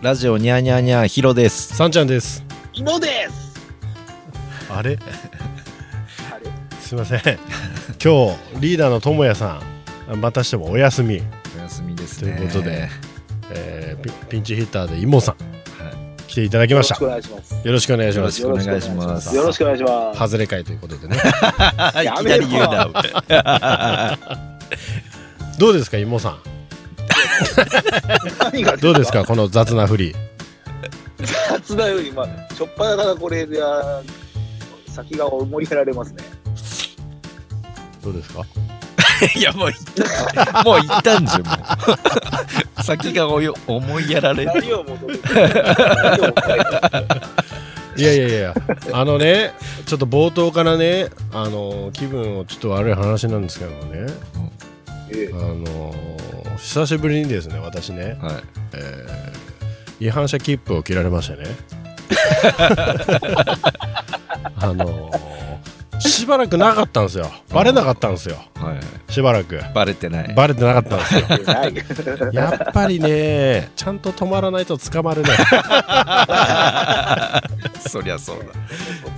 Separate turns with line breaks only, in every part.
ラジオニャーニャーニャーヒロです
さんちゃんです
芋です
あれ
あれ
すいません今日リーダーのともやさんまたしてもお休み、
お休みです
ね
ね
えーピピンチヒッターでイモさん
は
来ていただき
よ
ま
ろ
し
したくお願いします。
よろしくお願いします
よろしくお願いします
よろしくお願いします。
ハズレ会ということでね
い、い
や
き
め
な
ろ
り言うな
どうですかイモさん
何が
どうですかこの雑な振り
雑だより、まあ、しょっぱなからこれで、あー先が思いやられますね。
どうですか
いやもう言った もう言ったんじゃんもう 先がおよ思いやられ
何を求めてる何を求めてる
いやいやいやあのねちょっと冒頭からねあの気分をちょっと悪い話なんですけどもね
ええ
あの久しぶりにですね私ね、
は
えー違反者切符を切られましてねあのしばらくなかったんですよバレなかったんですよ
い、はい、
しばらく
バレてない
バレてなかったんですよ
ない
やっぱりねちゃんと止まらないと捕まるね
そりゃそうだ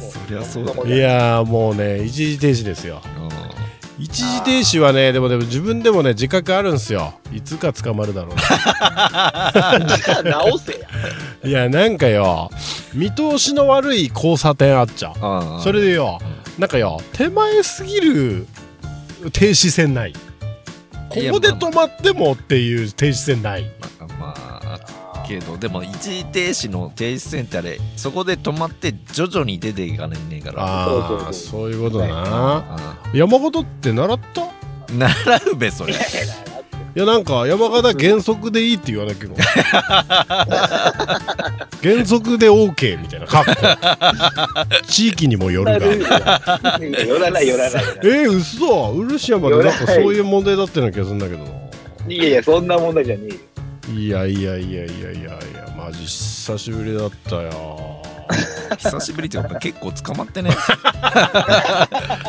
そりゃそうだ
いやーもうね一時停止ですよ
う
一時停止はねでもでも自分でもね自覚あるんすよいつか捕まるだろうな
じゃあ直せや。
いやなんかよ見通しの悪い交差点あっちゃうん
ああ
それでよなんかよ手前すぎる停止線ないここで止まってもっていう停止線ない
ままあけどでも一時停止の停止線ってあれそこで止まって徐々に出ていかねえねえから
そう
あ
そ
あ
うそ
そういうことだな
あ
山形って習ったい
あ習うべそれ
やなんか山形原則でいいって言わなきゃ 原則で OK みたいなかっこ地域にもよ るが
よらないよらない。
えー、嘘漆山でなんかそういう問題だったような気がするんだけどない
やいや、そんな問題じゃねえよ。
いやいやいやいやいやいやマジ久しぶりだったよ
久しぶりっていうか結構捕まってね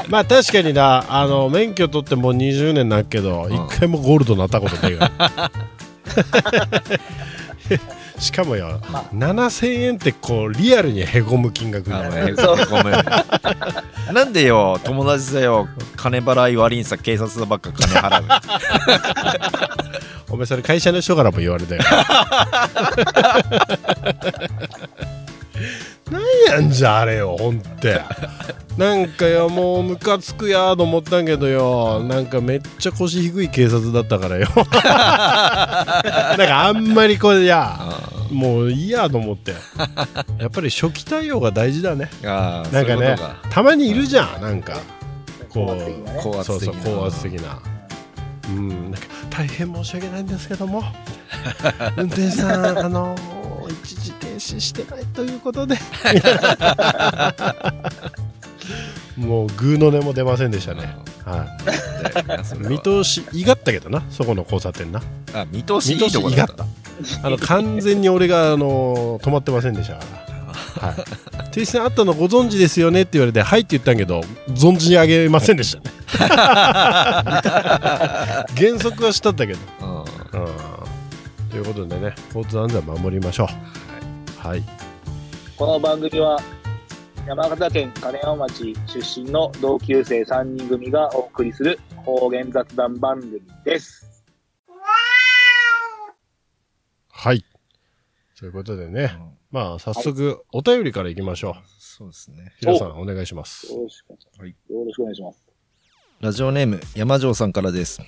まあ確かになあの免許取ってもう20年なっけど
ん
一、回もゴールドなったことないよしかもよ7000円ってこうリアルにへこむ金額に
あ
な
の
る
ねごめんなんでよ友達だよ金払い悪いんさ警察ばっか金払う
お前それ会社の人からも言われたよ なんやんじゃあれよほんってなんかよもうムカつくやーと思ったんけどよなんかめっちゃ腰低い警察だったからよ なんかあんまりこれや
あ
もういいやと思ってやっぱり初期対応が大事だね
あ
なんかねたまにいるじゃんなんかこ
高圧的な
う
ね
高圧
そう
的
そう
な
高圧的なうんなんか大変申し訳ないんですけども 運転手さんあの一時停止してないということで もうグーの音も出ませんでしたね、は
だよなそ
い、
れは
見通しいがったけどなそこの交差点な
あ見通しい
見
い
通し
とこ
い
だっ
がったたあの完全に俺があの止まってませんでしたから、はい、停止線あったのご存知ですよねって言われて「はい」って言ったんけど存じ上げませんで したね原則はしたったけど
うん
うんということでね交通安全は守りましょうはい、
この番組は山形県金山町出身の同級生3人組がお送りする方言雑談番組です。
はい、ということでね
うん
まあ早速お便りからいきましょう
そうですね
平さんお願いします
よろしく,、
はい
よろしくお願いします。
ラジオネーム山城さんからです。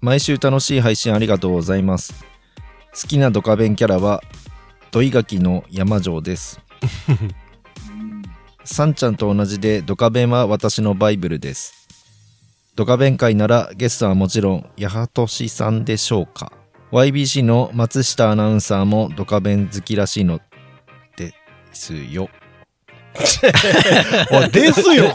毎週楽しい配信ありがとうございます。好きなドカベンキャラは、土井垣の山城です。さんちゃんと同じでドカベンは私のバイブルです。ドカベン会ならゲストはもちろん八幡氏さんでしょうか YBC の松下アナウンサーもドカベン好きらしいのですよ。
おいですよ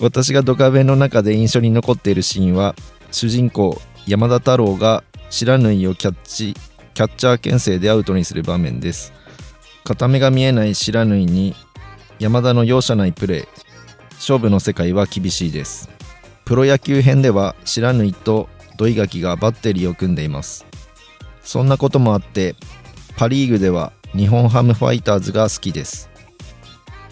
私がドカベンの中で印象に残っているシーンは主人公山田太郎が知らぬいをキャッチキャッチャー牽制でアウトにする場面です片目が見えない知らぬいに山田の容赦ないプレー勝負の世界は厳しいですプロ野球編では白縫と土井垣がバッテリーを組んでいますそんなこともあってパ・リーグでは日本ハムファイターズが好きです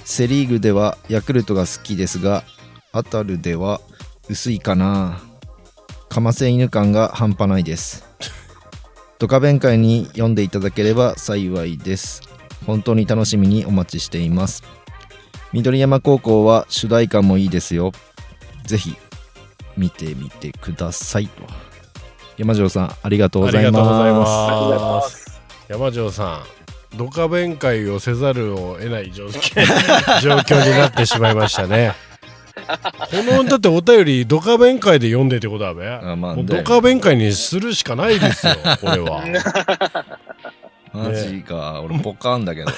セ・リーグではヤクルトが好きですがアタルでは薄いかなかませ犬感が半端ないですドカ弁会に読んでいただければ幸いです本当に楽しみにお待ちしています緑山高校は主題歌もいいですよぜひ見てみてくださいと山城さんありがとうご
あ
ざ
り
い
がとうござい
ます
ありがとうござい
ま
ますす。
山城さんドカ弁解をせざるを得ない状況状況になってしまいましたねこのだってお便りドカ弁解で読んでってことだべ、
あまあ
もう
ね
ドカ弁解にするしかないで すよこれは
マジか、俺ポカーンだけ ど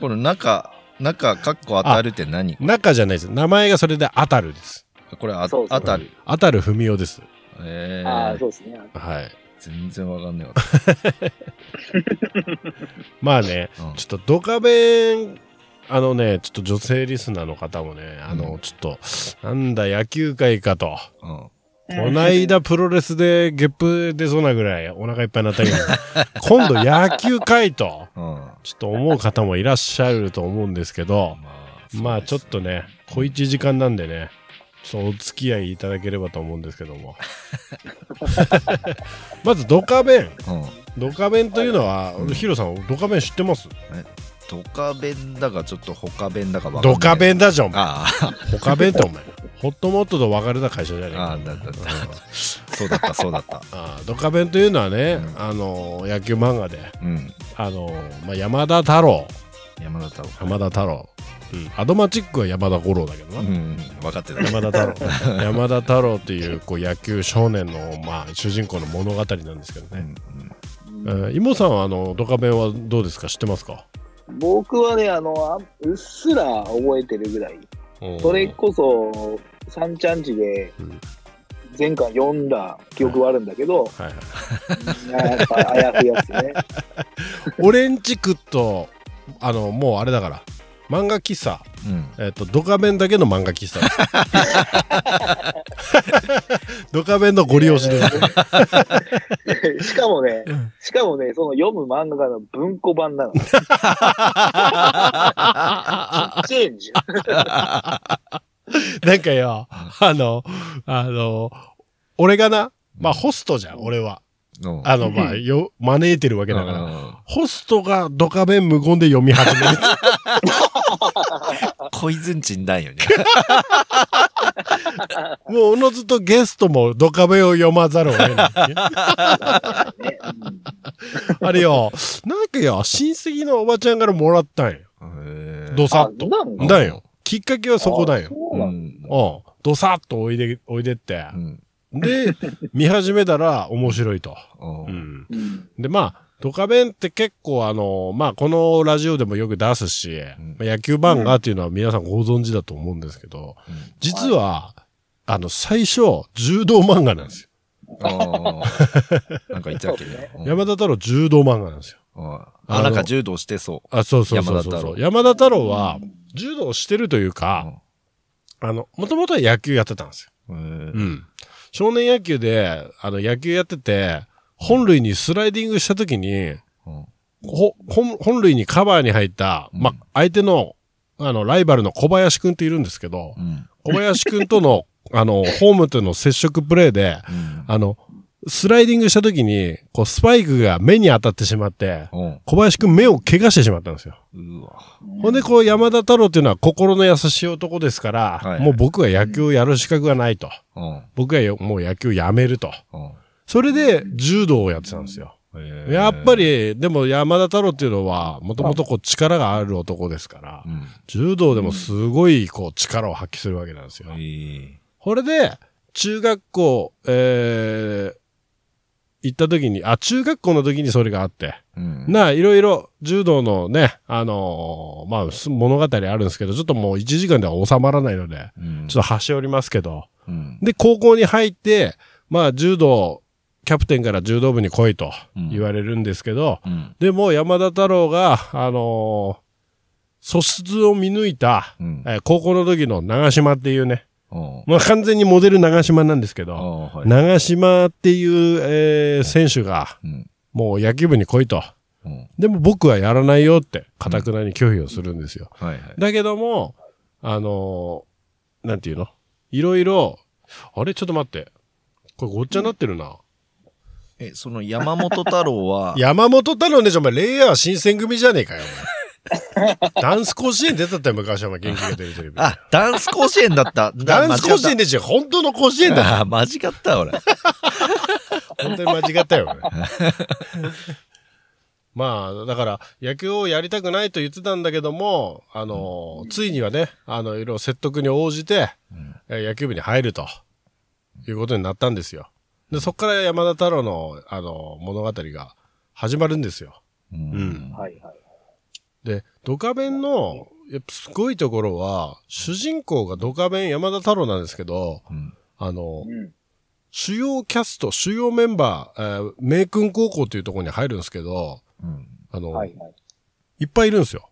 この中中かっこ当たるって何
中じゃないです名前がそれでアタルです
これあ
そうそ
当
う
たる
アタル文雄です
え
ああ、
ー、
そうですね。
はい
全然わかんなかった
まあね、
うん
ちょっとドカベン、あのね、ちょっと女性リスナーの方もね、あ
う
の、ちょっと、なんだ野球界かと、
うん
こないだプロレスでゲップ出そうなぐらいお腹いっぱいになったけど、 今度野球界と、
うんま
ちょっと思う方もいらっしゃると思うんですけど、
あ
まあちょっとね、小一時間なんでね、ちょっとお付き合いいただければと思うんですけ ども。まずドカベン。
うん
ドカベンというのは、
うん
ヒロさん、ドカベン知ってます
ドカベンだかちょっと他弁だかわかんない
ドカベ
ン
ンだじゃん、お前。
ああ
ドカベンってお前。ホットモットと別れた会社じゃねえか。
ああだだだそうだったそうだった
ああドカベンというのはね、
うん
あの野球漫画で、
うん
あのまあ、山田太郎、
山田太郎
山田太郎、うん、アドマチックは山田五郎だけどな。
うん分かってた
山田太郎 山田太郎というこう野球少年の、まあ、主人公の物語なんですけど
う
ね、
ん
うんイモさんはあのドカベンはどうですか知ってますか
僕はね、あの、あうっすら覚えてるぐらい。それこそ、三ちゃんちで
うん、
前回読んだ記憶はあるんだけど、
はいはい、
やっぱあやふやっすね。
オレンジクッとあのもうあれだから漫画喫茶、
うん
えっとドカベンだけの漫画喫茶です ドカベンのゴリ押しです
しかもね、しかもね、その読む漫画家の文庫版なの。ちっ ちゃいんじゃん。
なんかよあのあの俺がなまあホストじゃん俺は
うん
あのまあよ招いてるわけだから
うん
ホストがドカベン無言で読み始 める。
ポイズンチンないよね
もうおのずとゲストもドカベンを読まざるを得 ない。
ねうん
あれよ、なんかよ、親戚のおばちゃんからもらったんよ。
へー
どさ
あ
っと。
なんだ
だよ。きっかけはそこだ
あ
よ。
そううなんだ
ん
うん。どさっとおいで、おいでって
う。ん
で、見始めたら面白いと。
うん
うん。
うん
で、まあ、ドカベンって結構あの、まあ、このラジオでもよく出すし、
ん
まあ野球漫画っていうのは皆さんご存知だと思うんですけど、実は、あの、最初、柔道漫画なんですよ。
ああ。なんか言ってたっけね。うん
山田太郎柔道漫画なんですよ。
あ
あ
あ、
の
なんか柔道してそ
あ、そうそうそうそ
山田太
う
郎
山田太郎は、柔道をしてるというか、あの、もともとは野球やってたんです
う。
よ。
うん
うん。少年野球で、あの、野球やってて、本塁にスライディングした時に、
うん
ほ、本、本塁にカバーに入った、
うん
ま、相手の、あの、ライバルの小林くんっているんですけど
う、ん
小林くんとの、 あの、ホームとの接触プレーで、
うん
あの、スライディングした時に、こう、スパイクが目に当たってしまって、
うん
小林くん目を怪我してしまったんですよ。
うわ。
ほんで、こう、山田太郎っていうのは心の優しい男ですから、
はい
もう僕は野球をやる資格がないと。
うん
僕はよもう野球をやめると。
うん
それで、柔道をやってたんですよ。
へー
やっぱり、でも山田太郎っていうのは、もともとこう、力がある男ですから
う、ん。
柔道でもすごい、こう、力を発揮するわけなんですよ。
え
これで、中学校、えー、行った時に、あ、中学校の時にそれがあって、
えうん
なあ、いろいろ柔道のね、あのーまあ、す物語あるんですけど、ちょっともう1時間では収まらないので、
うん
ちょっと端折りますけど。
うん
で、高校に入って、まあ、柔道、キャプテンから柔道部に来いと
うん
言われるんですけど、
うん
でも山田太郎が、あのー素質を見抜いた、
うん
えー高校の時の長島っていうね、
うん
まあ完全にモデル長島なんですけ
あ
ど、
あ、はい。
長島っていう、えー選手が、
うん。
もう野球部に来いと。
うん。
でも僕はやらないよって、かたくなに拒否をするんですよ。
はいはい。
だけども、あのーなんていうのいろいろ、あれちょっと待って。これごっちゃになってるな。
え、その山本太郎 は、
山本太郎ね、ちょ、お前、レイヤーは新選組じゃねえかよ、 お前ダンス甲子園出たったよ、昔は、お前、元気が出るテレビ。
あ、ダンス甲子園だった。
ダンス甲子園
で
でしょ、本当の甲子 園だ。
あー、間違った、俺。
本当に間違ったよ、俺 まあ、だから、野球をやりたくないと言ってたんだけども、あの、ついにはね、あの、いろいろ説得に応じて、えー野球部に入ると、いうことになったんですよ。で、そこから山田太郎の、あの、物語が始まるんですよ。
うん。
はいはい。
で、ドカベンの、やっぱすごいところは、主人公がドカベン山田太郎なんですけど、
うん
あの、
うん。
主要キャスト、主要メンバー、えー、名君高校というところに入るんですけど、
うん。
あの、
はい
い、
はい。
っぱいいるんですよ。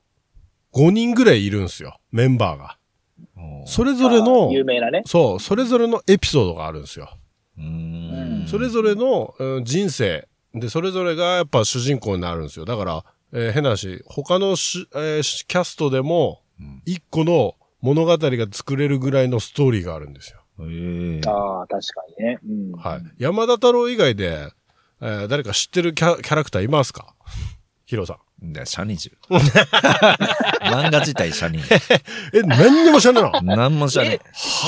5人ぐらいいるんですよ、メンバーが。
おー
それぞれの
あ、有名なね。
そう、それぞれのエピソードがあるんですよ。
うーん。
それぞれの、うん人生で、それぞれがやっぱ主人公になるんですよ。だから、えー変な話、他のし、えーしキャストでも
うん、
一個の物語が作れるぐらいのストーリーがあるんですよ。
ええ。
ああ、確かにね。うん。
はい。山田太郎以外で、えー誰か知ってるキャキャラクターいますかヒロさん。
だシャニジュ。漫画自体シャニジ
え、何にも知らない のは
ュ。なんもシャニ。
ぁ
そ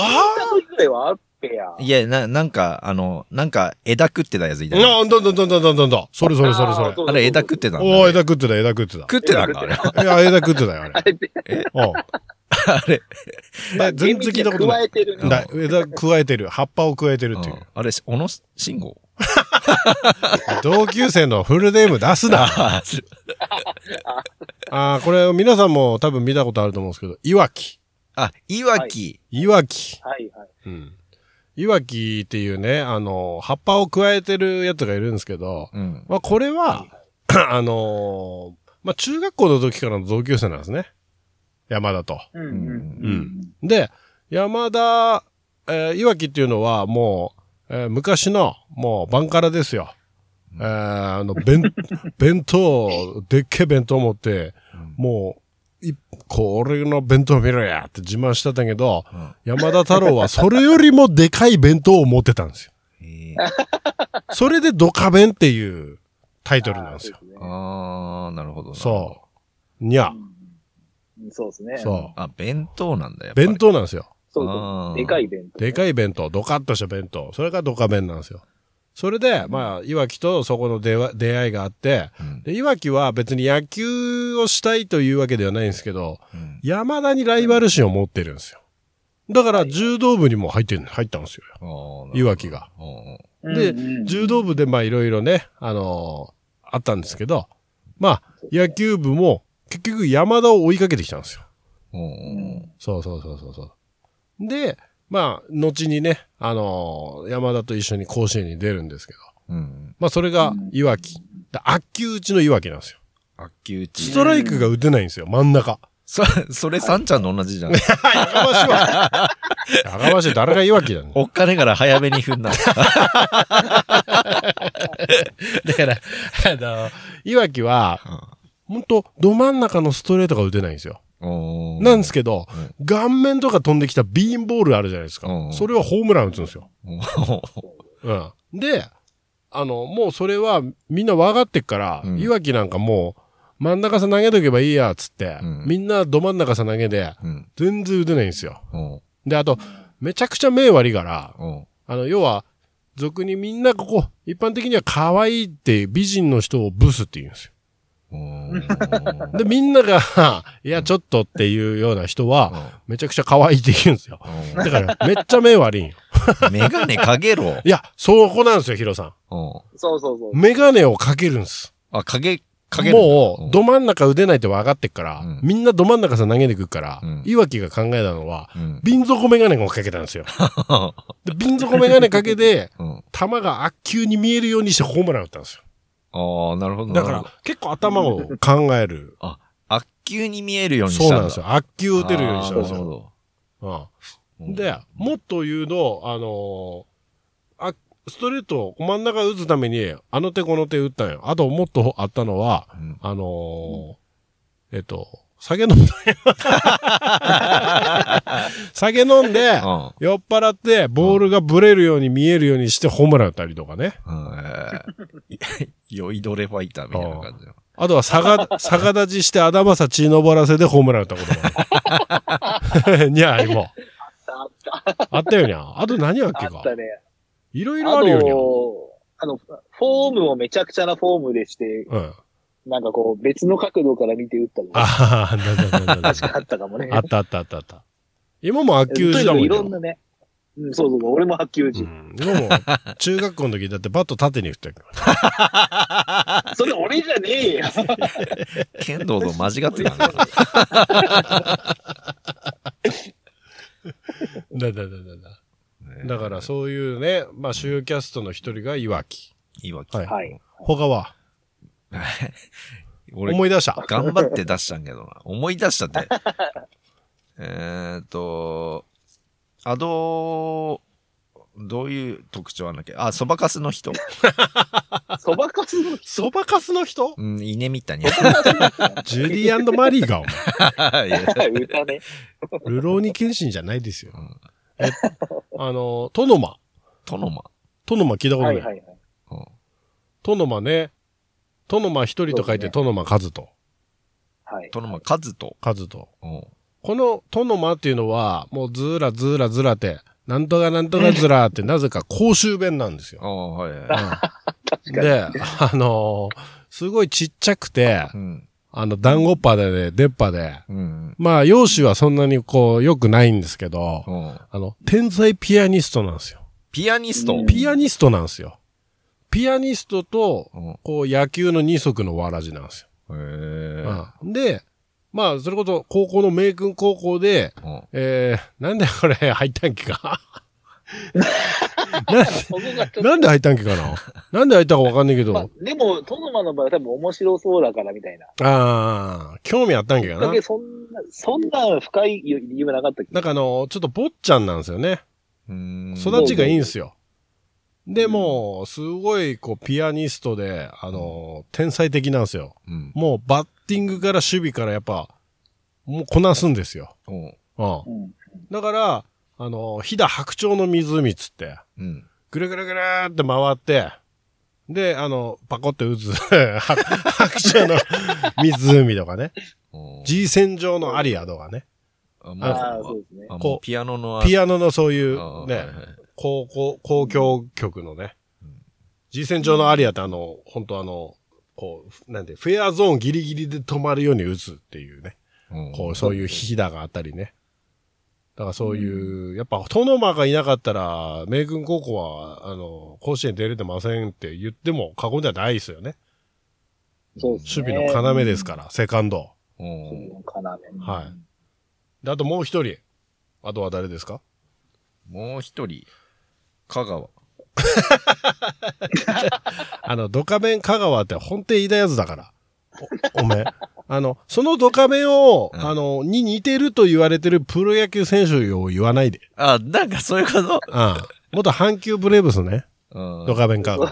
れぐらいはあってや。
いや、な、なんか、あの、なんか枝食ってたやついたよ。
あ、どんどんどんどんどんどんどん。それそれそれそれ
あー。そう
あれ枝食ってたんだね。
おー、枝食ってた、枝食ってた。
食ってたんだ、あれ。
いや、枝食ってたよ、 あ
あ
れ。
れって、
おう
あれ、
いや 全然聞いたことない。
厳密に加えてるね
だ枝加えてる。葉っぱを加えてるっていう。
あれ、小野信号
同級生のフルネーム出すな。
あー
ああ、これ皆さんも多分見たことあると思うんですけど、いわき。
あ、いわき。
いわき。
はいはい。
うん。いわきっていうね、あの、葉っぱを加えてるやつがいるんですけど、
うん。
まあこれは、あのーまあ中学校の時からの同級生なんですね。山田と。
うん
うん
うん。で、山田、えーいわきっていうのはもう、えー昔の、もう、バンカラですよ。えーあの、弁、 弁当、でっけえ弁当持って、もう、い、これの弁当見ろやって自慢してたんだけど、
うん
山田太郎はそれよりもでかい弁当を持ってたんですよ。
ええ
それでドカ弁っていうタイトルなんですよ
あー。そ
あ
うですね
ー、なるほど。
そう。にゃ。
うんそうですね。
そう。
あ、弁当なんだよ。
弁当なんですよ。
そう
あー
そう。でかい弁当。
でかい弁当、ドカッとした弁当。それがドカ弁なんですよ。それで、まあ、いわきとそこの出わ出会いがあって、
うん
で、いわきは別に野球をしたいというわけではないんですけど、
うん
山田にライバル心を持ってるんですよ。だから、柔道部にも入ってん、入ったんですよ。
あー
いわきが。
なるほどうん
で
うんうん、
柔道部でまあいろいろね、あのーあったんですけど、まあ、野球部も結局山田を追いかけてきたんですよ。
うんうん
そうそうそうそうそう。で、まあ、後にね、あのー山田と一緒に甲子園に出るんですけど、
うん。
まあ、それがいわき。だ悪球打ちのいわきなんですよ。
あっきう
ス
ち。
トライクが打てないんですよ、真ん中。
そ、それ、さんちゃんと同じじゃん。
やかましいわ。やかましい、誰がいわきだね。
おっかねえから早めに踏ん だ。
だから、あのーいわきは、ほんと、ど真ん中のストレートが打てないんですよ。
おー
なんですけど、
う
顔面とか飛んできたビーンボールあるじゃないですか。
うんうん
それはホームラン打つんですよ。
おー
うん。で、あの、もうそれはみんな分かってっから、
うん
いわきなんかもう真ん中さ投げとけばいいや、つって、
うん
みんなど真ん中さ投げで、
うん。
全然打てないんですよ。
おー
で、あと、めちゃくちゃ目悪いから、
おー
あの、要は、俗にみんなここ、一般的には可愛いって美人の人をブスって言うんですよ。
おー
で、みんなが、 いや、ちょっとっていうような人は、めちゃくちゃ可愛いって言うんですよ。
お
だから、めっちゃ目悪いんよ。
ーメガネかけろ。
いや、そこなんですよ、ヒロさん。
おー
そうそうそう。
メガネをかけるんです。
あ、かけ、かけるんだ。
もう、
ど、
ど真ん中打てないって分かってっから、
うん
みんなど真ん中さ投げてくるから、
うん
いわきが考えたのは、
うん。
瓶底メガネをかけたん ですよ。で、瓶底メガネかけて、
うん
球が悪球に見えるようにしてホームラン打ったんですよ。
ああ、なるほど。
だから、結構頭を考える。
あ、悪球に見えるようにし
そう
たんだ。
なんですよ。悪球打てるようにしたんで
あ
す
ーなるほ
よ。
ど。
うん
うん
で、もっと言うと、あのーあ、ストレート、真ん中打つために、あの手この手打ったんよ。あと、もっとあったのは、
うん
あのーえっと、酒飲んだ よ。酒飲んで、
あ
酔っ払って、ボールがブレるように見えるようにして、ホームラン打ったりとかね。
あうん酔いどれファイターみたいな感じの。
あ とは逆、逆立ちして頭さ血のぼらせでホームラン打ったことがある。 にゃあ、今。
あった
あったよにゃ。あと何やっ
あ
け
っ
か。
たね。
いろい
あ
ろあるよ
と、あの、フォームをめちゃくちゃなフォームでして、
にゃ。うん。
なんかこう、別の角度から見て打ったのが
ああ、なんだなんだなんだ。
確かあったかもね。
あったあったあったあった。今も悪球児だ
と
もん
にかくい
よ
ろんなね。うん、そうそうそう、俺も白球
う
児。
ん、今も中学校の時だってバット縦に振ったけど。
それ俺じゃねえよ。
剣道と間違ってたん だ。
だだだだだ。
ね
だからそういうね、まあ主要キャストの一人がいわき。
いいわ
はい
け。
はい。
他は
俺、
思い出した。
頑張って出したんけどな。思い出した って。えーっと、あどう、どういう特徴あんだっけあ、そばかすの人。
そばかすの
そばかすの人
うん、稲みたいに。
ジュディマリーが、お 前。
いや
歌ね。
ルローニケンシンじゃないですよ。えあの、トノマ。
トノマ。
トノマ聞いたこと
は
ない
はい
い。
はい。
うん
トノマね。トノマ一人と書いてトノマカズト。
はい。
トノマ、カズト。
カズト。
うん
このトノマっていうのは、もうずらずらずらって、なんとかなんとかずらって、なぜか公衆弁なんです
あ
よ。
あ、はいはい。
確かに。
で、あのーすごいちっちゃくて、
うん。
あの、団子っぱでね、出っ歯で、
うん。
まあ、容姿はそんなにこう、良くないんですけど、
うん
あの、天才ピアニストなんですよ。
ピアニスト。
うん
ピアニストなんですよ。ピアニストと、
うんへ
こう、野球の二足のわらじなんです
え。
よ。うんで、まあ、それこそ、高校の名君高校で、
うん
えー、なんでこれ入ったんけかなんで、
そこがちょっと
なんで入ったんけかななんで入ったかわかんないけど、
まあ
あ、
でも、トノマの場合は多分面白そうだからみたいな。
あー、興味あったんけか
だ
な
け。どそんな、そんな深い理由はなかったっけ
なんかあの、ちょっと坊ちゃんなんですよね。
うん
育ちがいいんですよ。で、もう、すごい、こう、ピアニストで、あの、天才的なんですよ。
うん。
もう、バッティングから守備からやっぱ、もうこなすんですよ。
うん
うん。
うん。
だから、あの、飛騨白鳥の湖っつって、
うん。
ぐるぐるぐるーって回って、で、あの、パコって打つ、 は白鳥の湖とかね、
うん
G 線上のアリアとかね、
あもう
ああ、そうですね。
あも
こ
う
う
ピアノの。
ピアノのそうい
あ
う
あ
ね
はい、はい
高校、公共曲のね
うん、
G 線上のアリアってあの、本当あの、こう、なんで、フェアゾーンギリギリで止まるように打つっていうね、
うん
こう、そういう飛騨があったりね。だからそういう、やっぱ、トノマがいなかったら、明君高校は、あの、甲子園出れてませんって言っても過言ではないですよね。
そうです
守
ね。
備の要ですから、セカンド。
うん
守備の要。
はいであともう一人。あとは誰ですか
もう一人、香川。
あの、ドカベン香川って本店いたやつだから。お、おめえあの、そのドカベンを、
うん
あの、に似てると言われてるプロ野球選手を言わないで。
あ、なんかそういうこと
ああ。元阪急ブレーブスね。
うん
ドカベン香川。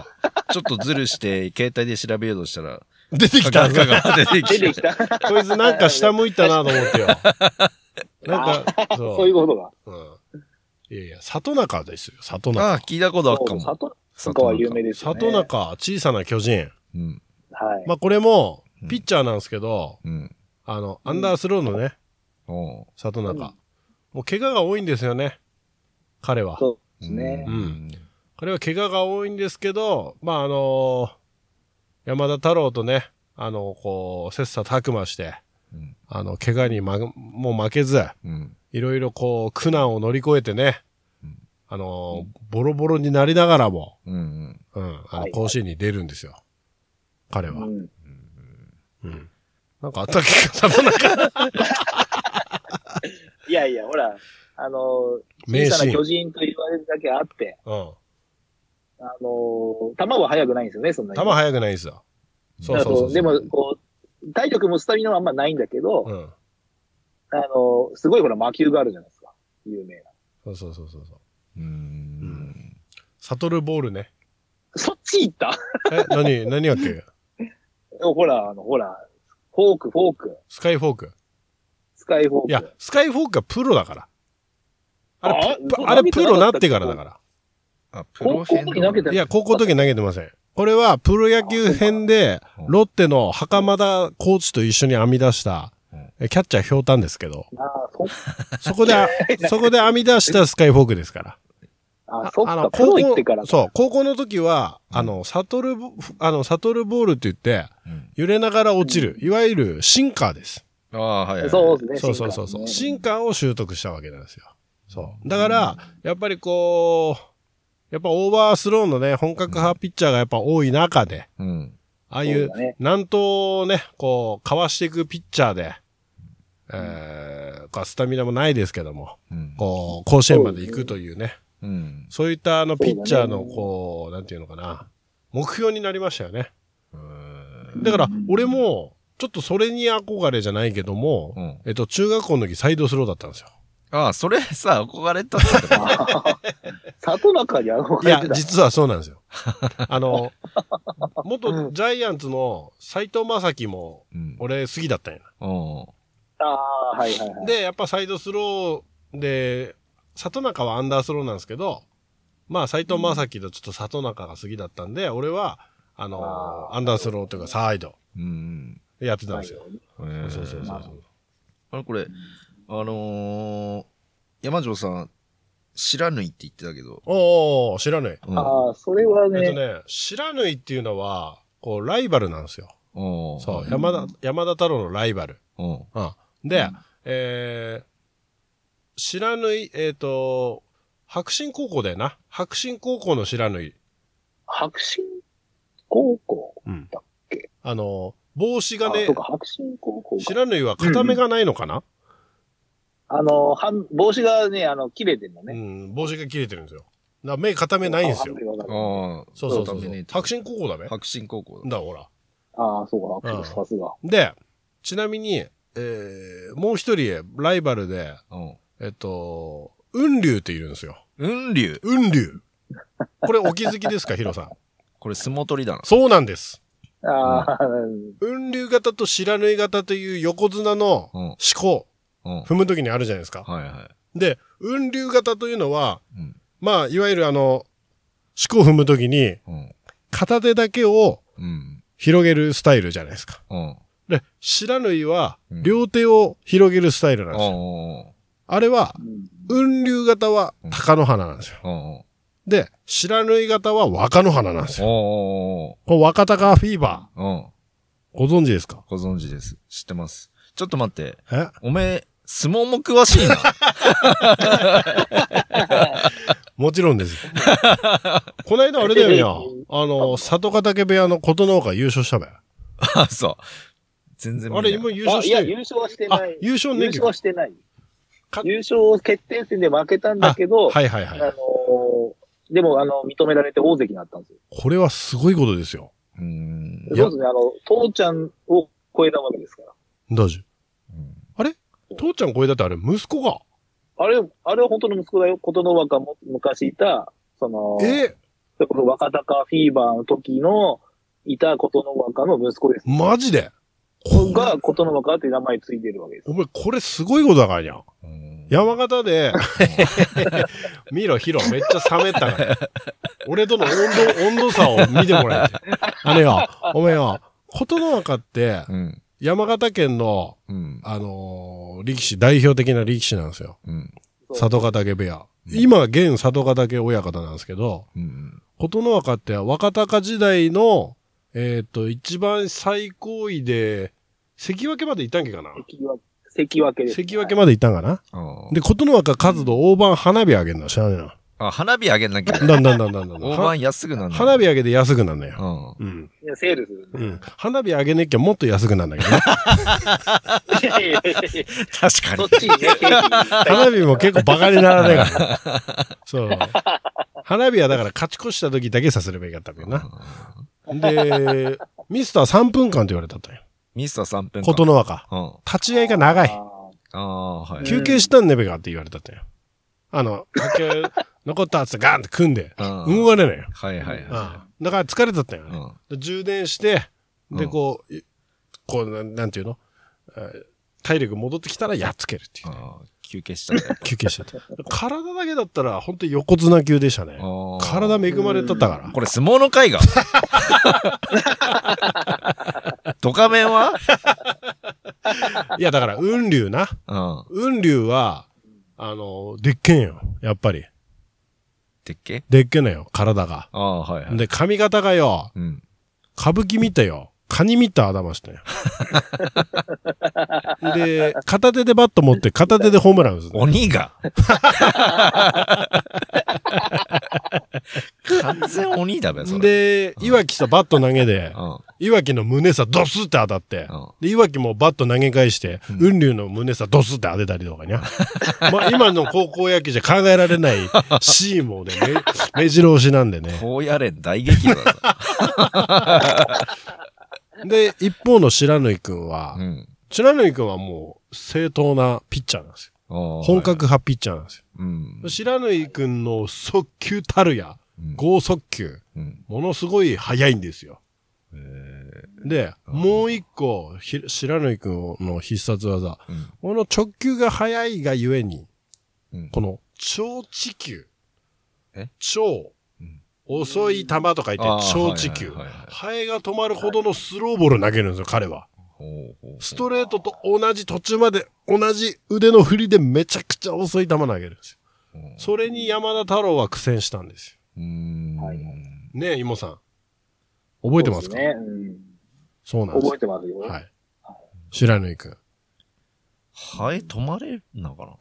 ちょっとズル して、携帯で調べようとしたら、
出てき
香
た。
川出て
出て
き
き
た。
た。
こいつなんか下向いたなと思ってよ。なんか、そう。
そういうことが。
うん。いやいや、里中ですよ、里
あ
中。
聞いたことあるか
そう
も。
里中は有名ですよね。
里中、小さな巨人。
うん。
はい。
まあ、これも
う、ん
ピッチャーなんですけど、
うん。
あの、
うん
アンダースローのね、
おう
里
うん
中。もう、怪我が多いんですよね。彼は。
そうですね
う。ん。
彼は怪我が多いんですけど、まあ、あのー山田太郎とね、あのこう、切磋琢磨して、
うん
あの、怪我に、ま、もう負けず、
うん。
いろいろこう、苦難を乗り越えてね
うん、
あのーボロボロになりながらも、
うん。うん。
うん、あ
は
の、
い
甲子園に出るんですよ。彼は。
うん
うん。なんかあったっけ か、里中。
いやいや、ほら、あの、
名
小さな
シー
巨
ン。
人と言われるだけあって、
うん。
あの、球は速くないんですよね、そんなに。
球速くないんですよ。そう
だ
そう
と
そう。
でも、こう、体力もスタミナはあんまないんだけど、
うん。
あの、すごいほら、魔球があるじゃないですか。有名な。
そうそうそうそうそう
うーん。
サトルボールね
そっち行った
え何何やっけ
ほら、あの、ほら、フォーク、フォーク、
スカイフォーク
スカイフォーク。
いやスカイフォークがプロだからあれ
あ
プあれプロになってからだから
あ、プ
高校の時投げて
いや、高校の時投げてません。これはプロ野球編で
うん、
ロッテの袴田コーチと一緒に編み出した
うん、
えキャッチャーひょうたんですけど、
ああ、そっ
そ こで、そこで編み出したスカイフォークですから。
あ、そっ
の
か、プロ行ってから。
そう、高校の時は、あの、サトルボ、あの、サトルボールって言って、
うん
揺れながら落ちる、いわゆるシンカーです。
ああ、はい、はい。
そうですね。
そうそうそうそう。シ
進
ンカーを習得したわけなんですよ。そう。だから、やっぱりこう、やっぱオーバースローのね、本格派ピッチャーがやっぱ多い中で、
うん。
ああいう
そうだね、
なんとね、こう、かわしていくピッチャーで、えー、こうスタミナもないですけども、
うん。
こう、甲子園まで行くというね、
うん。
そういったあの、ピッチャーの、
そうだね
こう、なんていうのかな、目標になりましたよね。
うーん
だから
うん、
俺も、ちょっとそれに憧れじゃないけども、
うん
えっと、中学校の時サイドスローだったんですよ。
ああ、それさ、憧れたん だけど
里中に憧
い
れ
や
て、た。
実はそうなん ですよ。あの、元ジャイアンツの斎藤正樹も、
うん。
俺好きだったんや。
うん。
ああ、はいはいはい。
で、やっぱサイドスローで、里中はアンダースローなんですけど、まあ、斎藤正樹とちょっと里中が好きだったんで、俺は、あのー
あー
アンダースローというかサイド
うん。
やってたんですよ。
そう
そうそうそう
まあ
そう。
あれこれ、あのー、山城さん、知らぬいって言ってたけど。
おーおー知らぬ。
うん、
ああ、それはい
えっと
ね、
ね、知らぬいっていうのは、こう、ライバルなんですよ。
おー
そうう、
ん
山田、山田太郎のライバル。
うん。
うん。で、えー、知らぬい、えっ、と、白新高校だよな。白新高校の知らぬい。
白新高校
うん
だっけ
あの、帽子が
あ
ね
そう、か、白新高校か。
白縫いは片目がないのかな、
あの、半帽子がね、あの、切れてんの
うん
ね。
帽子が切れてるんですよ。だから目片目ないんですよ
あ。半分わかる
ああ、
そうそうそう
だ
そ
ね
う。白進高校だべ。
白進高校だ。
だ、ほら。
ああ、そう
うん
か、さすが。
で、ちなみに、えー、もう一人、ライバルで、
うん。
えっと、雲龍っているんですよ。
雲龍
雲龍。これお気づきですか、 ヒロさん。
これ相撲取りだな。
そうなんです。
ああ、
雲龍型と白縫い型という横綱の
うん
思
う
考、
ん。はい
踏むときにあるじゃないですか。
は
で、雲龍型というのは、
い。うん。
まあ、いわゆるあの、思考踏むときに、
うん。
片手だけを
うん。
広げるスタイルじゃないですか。
うん。
で、白縫いは
うん
両手を広げるスタイルなんですよ。
お
あれは、雲竜型は鷹の花なんですよ。
ーおーお
で、白縫い型は若の花なんです
ーおー
よ。
おー
これ若鷹フィーバ
おーうん。
ー。ご存知ですか
ご存知です。知ってます。ちょっと待って。
え
おめえ、相撲も詳しいな。
もちろんです。 この間あれだよね。あの、里ヶ岳部屋の琴ノ岡優勝したべ。
あ、そう。全然見
あれ
ない
今優
あ
勝
い
し
や、
て
優
る。
勝はして
あ
ない、。
優勝
優
ね。
勝はしてない
か。
優勝決定戦で負けたんだけど、
はいはい
あ
はい。
のーでも、あの、認められて大関になったんですよ。
これはすごいことですよ。
うーん。
や
そうですね、あの、父ちゃんを超えたわけですから。
どうじ
うん
父ちゃんこれだってあれ息子が。
あれ、あれは本当の息子だよ。琴ノ若も昔いた、その、
え
それこそ若隆フィーバーの時の、いた琴ノ若の息子です。
マジで
が、琴ノ若って名前ついてるわけです
お。前、これすごいことだからにゃん。
うん
山形 で、見ろ、ヒロ、めっちゃ冷めたから。俺との温度、温度差を見てもらえて。あれよ、お前よ、琴ノ若って、
うん。
山形県の、
うん。
あのー力士、代表的な力士なんですよ。
うん。
そう
里ヶ岳部屋。
うん
今、現里ヶ岳親方なんですけど、
うん。
琴ノ若って若隆時代の、えっ、と、一番最高位で、関脇までいたんけかな
関脇、関脇です、
関脇までいたんかな
あー
で、琴ノ若数と大判花火あげんの知らねえな。
あ、花火あげなきゃ。
だんだんだんだんだんだ ん。
大
は
判安くなんだ。
花火あげて安くなんだよ。
うん。
うん。
いやセールするんで。
うん。花火あげねっきゃもっと安くなんだけどね。
いやいやいやい
確
や
か
そっ
に。
ちにね、
花火も結構バカにならねえから。 そう。花火はだから勝ち越した時だけさせればいいかったんだよな。で、ミスター3分間って言われたったんよ。
ミスター3分間。
琴ノ若。
うん。あ
立ち合いが長い。
あ
あー、はい。
休憩したんねべがって言われたったんよ。あの、野球残ったやつがガンって組んで、
あー
動かれないよ。
はいはいは
ああだから疲れちゃったよ
い。う
ね。
ん
充電して、
う
で、
ん
こう、いこう、なんなんていうのえー体力戻ってきたらやっつけるっていう。
あー休憩した ね
休憩しちゃった。体だけだったら、本当に横綱級でしたね
あ。ー
体恵まれたったから。
これ相撲の会がドカベンはい
や、だから、雲龍な。
うん。
雲龍は、あの、でっけんよ。やっぱり。
でっけ
でっけんのよ、体が。
ああ、はいはい。
で、髪型がよ、
うん。
歌舞伎見たよ。カニ見た頭したよ。 で、片手でバット持って、片手でホームラン打つの。
鬼 が完全鬼だべ、それ。、
で、いわきさ、バット投げで
う、ん。うん
いわきの胸さ、ドスって当たって、で、いわきもバット投げ返して、
うん
雲龍の胸さ、ドスって当てたりとかね。 まあ、今の高校野球じゃ考えられないシーンもね、 め目白押しなんでね。
こうやれん大激怒だぞ。
で、一方の白縫くんは
う、ん。
白縫くんはもう正当なピッチャーなんですよ。本
本
格派ピッチャーなんですよ。
うん。
白縫くんの速球たるや、
うん
剛速球、
うん
ものすごい速いんですよ。
え
で、もう一個、ひ白縫くんの必殺技。
ーうん
この直球が速いがゆえに、
うん
この超地球
え。
超
うん。
遅い球と書いて
あー
超地球
はいはいはいはい。
ハエが止まるほどのスローボール投げるんですよ、彼は。
ほうほうほう
ストレートと同じ途中まで同じ腕の振りでめちゃくちゃ遅い球投げるんですよ。
うん
それに山田太郎は苦戦したんです
うーん。
はい
よ。ねえ、イモさん。覚えてます
そう
か
でね。うん
そうなんです
覚えてますよ。
よ。はい。白縫くん。
ハエ止まれんのか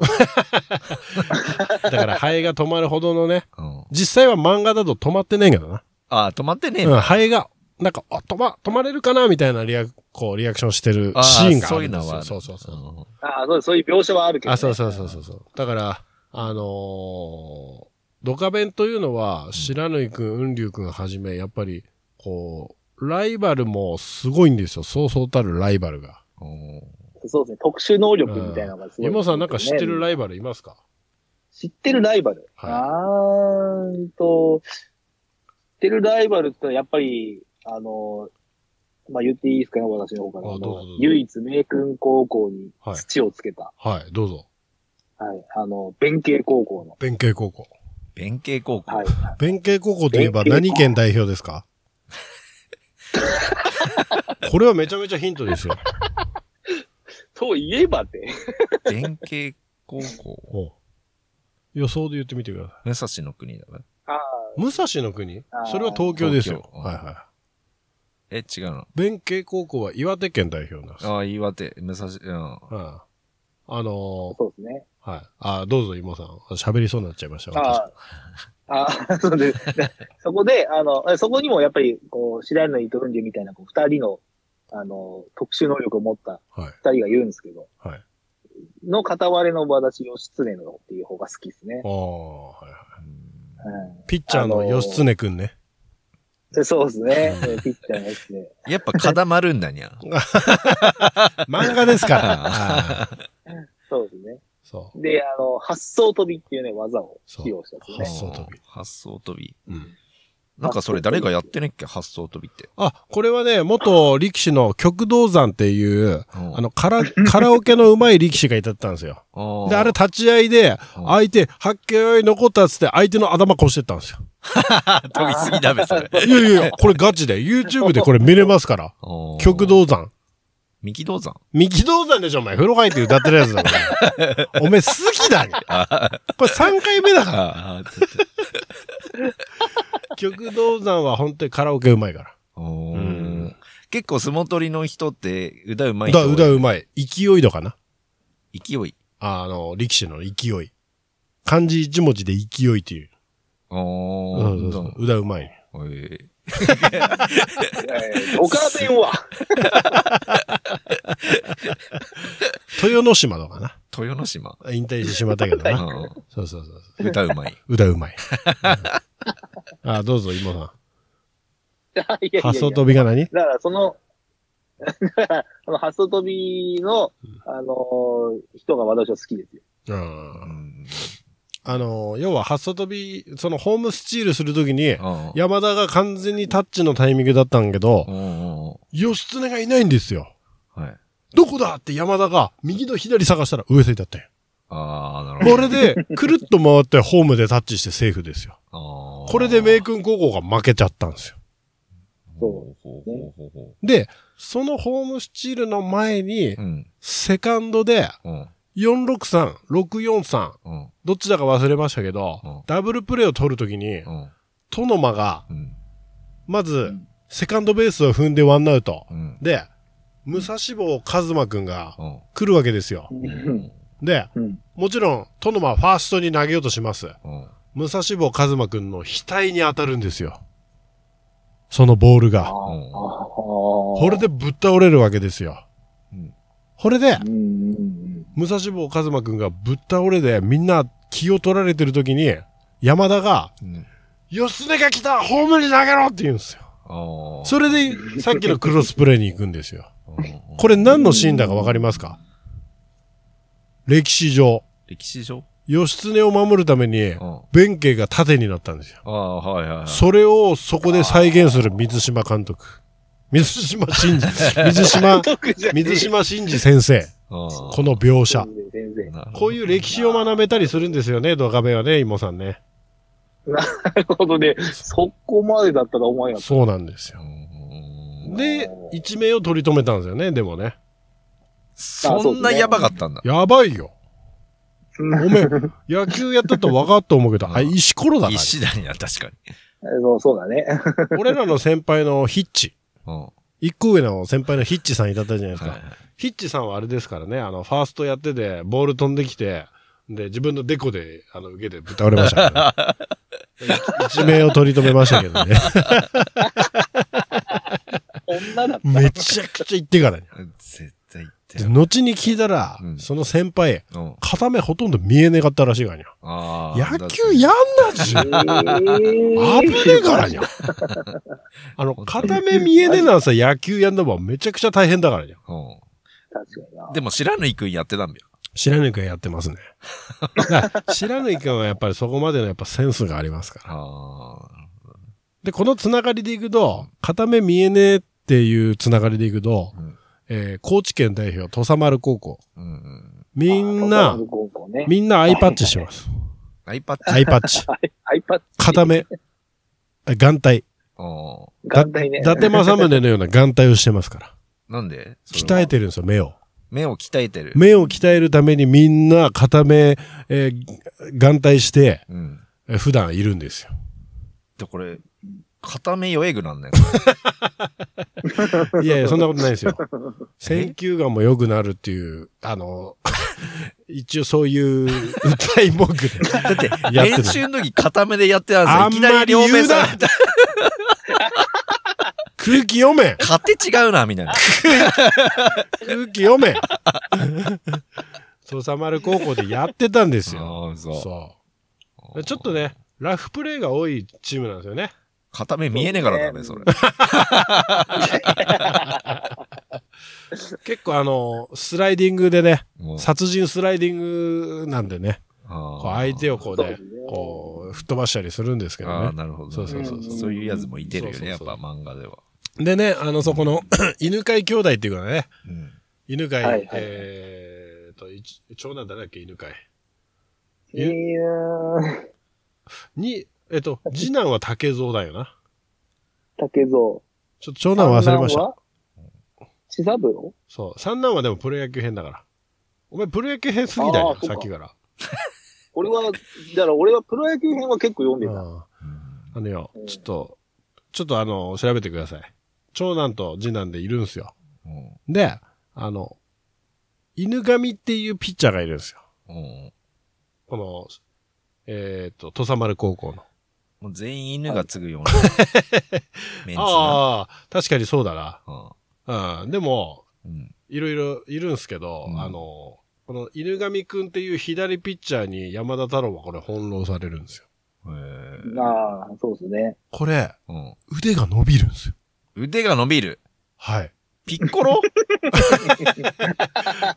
だから、ハエが止まるほどのね、
なうん。
実際は漫画だと止まってないけどな。
あー、止まってねえ
うん、
な。
ハエが、なんか、あ、止ま、止まれるかなみたいなリアク、こう、リアクションしてる
あ
シーンがあ
そうい
る
うん
で
の
す
はあ
よ。
る。
そうそうそう。
うん
ああ、そうですそういう描写はあるけど、ね。
あ、そうそうそうそうそう。だから、あのードカベンというのは、白縫くん、雲龍くんはじめ、やっぱり、こう、ライバルもすごいんですよ。そうそうたるライバルが。
おー
そうですね。特殊能力
う
みたいなのがすごい、
今さんなんか知ってるライバルいますか
知ってるライバル。
はい
あーんと、知ってるライバルってのはやっぱり、あの、まあ、言っていいですかね、私の方から。
あど
あ
うぞどう
の
ぞ
唯一名君高校に
はい
土をつけた。
はい、どうぞ。
はい。あの、弁慶高校の。
弁慶高校。
弁慶高校。
はい。
弁慶高校といえば
弁慶高
何
校
県代表ですか これはめちゃめちゃヒントですよ。
といえばって。
弁慶高校。
予想で言ってみてくださ
武蔵の国だね。
ああ、
い。武蔵の国
あー
それは東京ですよ
東。京
はいはい。
え、違う の。
弁慶高校は岩手県代表なんですよ。
ああ、岩手、武蔵、うん。
うんあの
そうですね。
ー、はい。あーどうぞ、今さん。喋りそうになっちゃいました。私
ああ、ああ、そうです。 でそこで、あの、えそこにもやっぱり、こう、白井の糸文龍みたいな、こう、二人の、あの、特殊能力を持った
はい。
二人がいるんですけど、
はい。
の片割れの私、義経のっていう方が好きですね
あ。あ、はいは
うん
うん
い。ピッチャー
あ
の
のー
義経くんね。
で、そうですね。うんピッチャーの義経。
やっぱ固まるんだにゃ。
漫画ですから。 はい
そうですね。
そう。
で、あの、発想飛びっていうね、技を披露したんです
発
ね。
想飛び
うん。発想飛び。
うん
なんかそれ誰がやってねっけ発想飛びって。
あ、これはね、元力士の極道山っていう、
うん
あ、の、カラ、カラオケの上手い力士がいたったんですよ。
あ
で、あれ、立ち合いで、
うん
相手、発見残ったっつって、相手の頭こしてったんですよ。
飛びすぎだべ、それ。
いや いやいや、これガチで、YouTube でこれ見れますから。
うん
極。道山。
三木道山。
三木道山でしょ、お前。風呂入って歌ってるやつだ から。お前、好きだね。これ3回目だから。
ああ、つって。
極道山は本当にカラオケうまいから。
お
う
ー
ん
結構相撲取りの人って、腕うまい人
歌、
多い。
歌うまい。勢いとかな。
勢い。
あの、力士の勢い。漢字一文字で勢いっていう。
お
そうそ
ー
うそう。歌うまい。
うんえ
えー、ドカベンは、
豊ノ島とかな。
ー豊ノ島。
引退してしまったけど
う
な。
ん
そうそうそうそう。
歌う まい。
歌うまい。うんあ、どうぞ、今さ
あいやいやいや
ん。発想飛びが何
だから、その、だからその発想飛びの、あのー人が私は好きですよ。
う。
うんん
あの、要は、はっさ飛び、その、ホームスチールするときに、
ああ
山田が完全にタッチのタイミングだったんけど
う、んうんうん
義経がいないんですよ。
はい。
どこだって山田が、右と左探したら上手だったよ。
ああ、なるほど。
こ れで、くるっと回って、ホームでタッチしてセーフですよ。
ああ
これでメイ君高校が負けちゃったんですよ。
ほうほうほうほうほ
で、そのホームスチールの前に
う。う、ん。
セカンドで、
うん。
463、643、
うん。
どっちだか忘れましたけど、
うん
ダブルプレーを取るときに、
うん。
トノマが、
うん。
まず、
ん
セカンドベースを踏んでワンアウト。
うん。
で、武蔵坊和馬くんが
うん。
来るわけですよ。
うん
で、
うん
もちろん、トノマはファーストに投げようとします。
うん。
武蔵坊和馬くんの額に当たるんですよ。そのボール
あ
が。
う
ー
ん
あー。
こ
こ
れでぶっ倒れるわけですよ。
うん
これで、
うんうん
武蔵坊和馬くんがぶっ倒れで、みんな気を取られてる時に、山田が、
うん。
義経が来たホームに投げろって言うんですよ。
ああ。
それで、さっきのクロスプレーに行くんですよ。
うんうん
これ何のシーンだかわかりますか歴史上、
歴史上
義経を守るために
う、ん。
弁慶が盾になったんですよ。
ああ、はいはいはい。
それをそこで再現する水島監督。水島真二、 水島、
特じゃねえ
水島真二先生。
あ
この描写。
全然。
あ。
こういう歴史を学べたりするんですよね、ドカベンはね、イモさんね。
なるほどね。そこまでだったらお前やった。
そうなんです
う
よ。
ん
で、一命を取り留めたんですよね、でもね。
そんなやばかったんだ。
やばいよ。
うん
ごめん。野球やったと分かっと思うけど、あ、石ころだから。
石谷は確かに。
そうそうだね。
俺らの先輩のヒッチ。
うん。は
一個上の先輩のヒッチさんいたったじゃないで
い
すか。
はい
ヒッチさんはあれですからね、あの、ファーストやってて、ボール飛んできて、で、自分のデコで、あの、受けてぶっ倒れましたから ね、一命を取り留めましたけどね。
女だった。
めちゃくちゃ言ってからね。
絶対行って
で
る。
後に聞いたら、
うん
その先輩、
うん。
片目ほとんど見えねかったらしいがにゃ。
ああ。
野球やんなっちゅう。 危ねえから にゃ。あの、片目見えねえならさ、野球やんだもんめちゃくちゃ大変だからにゃ。
うん。
確かにな。
でも、白縫くんやってたんだよ。
白縫くんやってますね。 白縫くんはやっぱりそこまでのやっぱセンスがありますから。
ああ。
で、このつながりでいくと、片目見えねえっていうつながりでいくと、
うん
えー高知県代表、土佐丸高校。
うんうん。
みんな、
高校ね、
みんなアイパッチします。
アイパッチ。
アイパッチ。
アイパッチ。
片目。あ眼帯。
あ
眼帯ね。
伊達政宗のような眼帯をしてますから。
あ。なんで
鍛え
る。
てるんですよ、目を。
目を鍛えてる。
目を鍛えるためにみんな片目、えー眼帯して、
うん。
えー普段いるんですよ。
で、これ、片目弱えぐなんだよ。
いやいや、そんなことないです よ。選球眼も良くなるっていう、あの、 一応そういう歌い文句で。
だって、
やってる
練習の時片目でやってた
あ
んです
ん
よ。いきな
ま
り
り
両
言
目
う
さ
な
れた。
空気読め
勝手違うな、みたいな。
空気読め土佐丸高校でやってたんですよ。
ああ、そ
そう。ちょっとね、ラフプレーが多いチームなんですよね。
片目見えねえからダメ、それ。
結構あの、スライディングでね、
もう
殺人スライディングなんでね、
ああ
こう相手をこうね
そうですね、
こう、吹っ飛ばしたりするんですけ
あ
ど
あ、
ね。
なるほど。
そうそうそう
そう
そういうやつもいてるよね、や
そう
っ
そうそ
ぱ
う
漫画では。
でね、あの、そこの、 犬飼兄弟っていうのはね、
うん。
犬飼、
はいはい
えーと、一長男誰だっけ、犬飼。
いやー、
に、えっと、次男は竹蔵だよな。
竹蔵。
ちょっと長男忘れました。。
千三郎
そう。三男はでもプロ野球編だから。お前プロ野球編すぎだ
あ
よ
ー、そう
さ
か
っきから。
俺は、だから俺はプロ野球編は結構読んで
う
た。
んあのよ、ちょっと、ちょっとあの、調べてください。長男と次男でいるんすよ。
うん
で、あの、犬神っていうピッチャーがいるんですよ。
うん
この、えっ、と、土佐丸高校の。
もう全員犬が継ぐような。メンツが。
ああ、確かにそうだな。
うん
うん。でも、
うん
いろいろいるんすけど、
うん
あの、この犬神くんっていう左ピッチャーに山田太郎はこれ翻弄されるんですよ。
へえ
ああ、そうですね。
これ、
うん
腕が伸びるんですよ。
腕が伸びる。
はい。
ピッコロ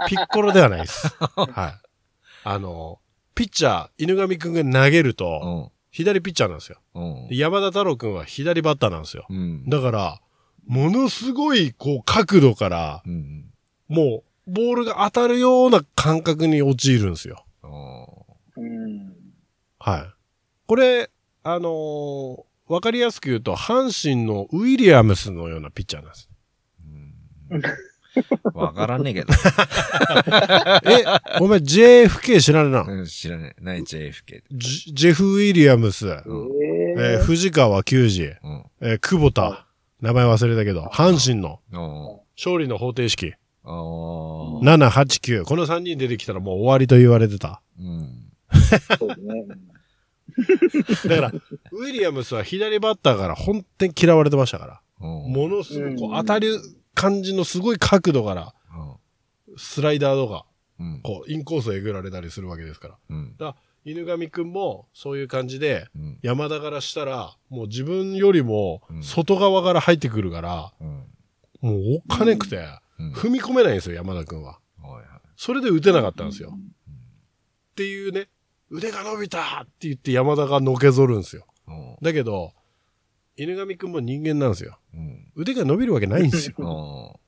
ピッコロではないです。はい。あの、ピッチャー、犬神くんが投げる
うん。
と、左ピッチャーなんですよ。
うん
で。山田太郎くんは左バッターなんですよ。
うん。
だから、ものすごい、こう、角度から、
うん。
もう、ボールが当たるような感覚に陥るんですよ。
あー
うん。
はい。これ、あのーわかりやすく言うと、阪神のウィリアムスのようなピッチャーなんです。
うんわからねえけど。
え、お前 JFK 知られなの、
うん知らない。ない、JFK。
ジジェフ・ウィリアムス、
う
え
え
ー藤川球児、
うん。
えー久保田、名前忘れたけど、阪神の
あ
勝利の方程式、
あ。ああ。
7、8、9、この3人出てきたらもう終わりと言われてた。
うん。
そうです
だ
ね。
から、ウィリアムスは左バッターから本当に嫌われてましたから。
も
ものすごくこう
うん
当たる感じのすごい角度から、スライダーとか、
うん。
こう、インコースをえぐられたりするわけですから。
うん。
犬神くんも、そういう感じで、
うん。
山田からしたら、もう自分よりも
う、ん
外側から入ってくるから、
うん。
もうおっかねくて、
うん。
踏み込めないんですよ、山田くんは。
はいはい。
それで打てなかったんですよ。っていうね、腕が伸びたって言って山田がのけぞるんですよ。
うん
だけど、犬神くんも人間なんですよ。
うん。
腕が伸びるわけないんですよ。
ああ。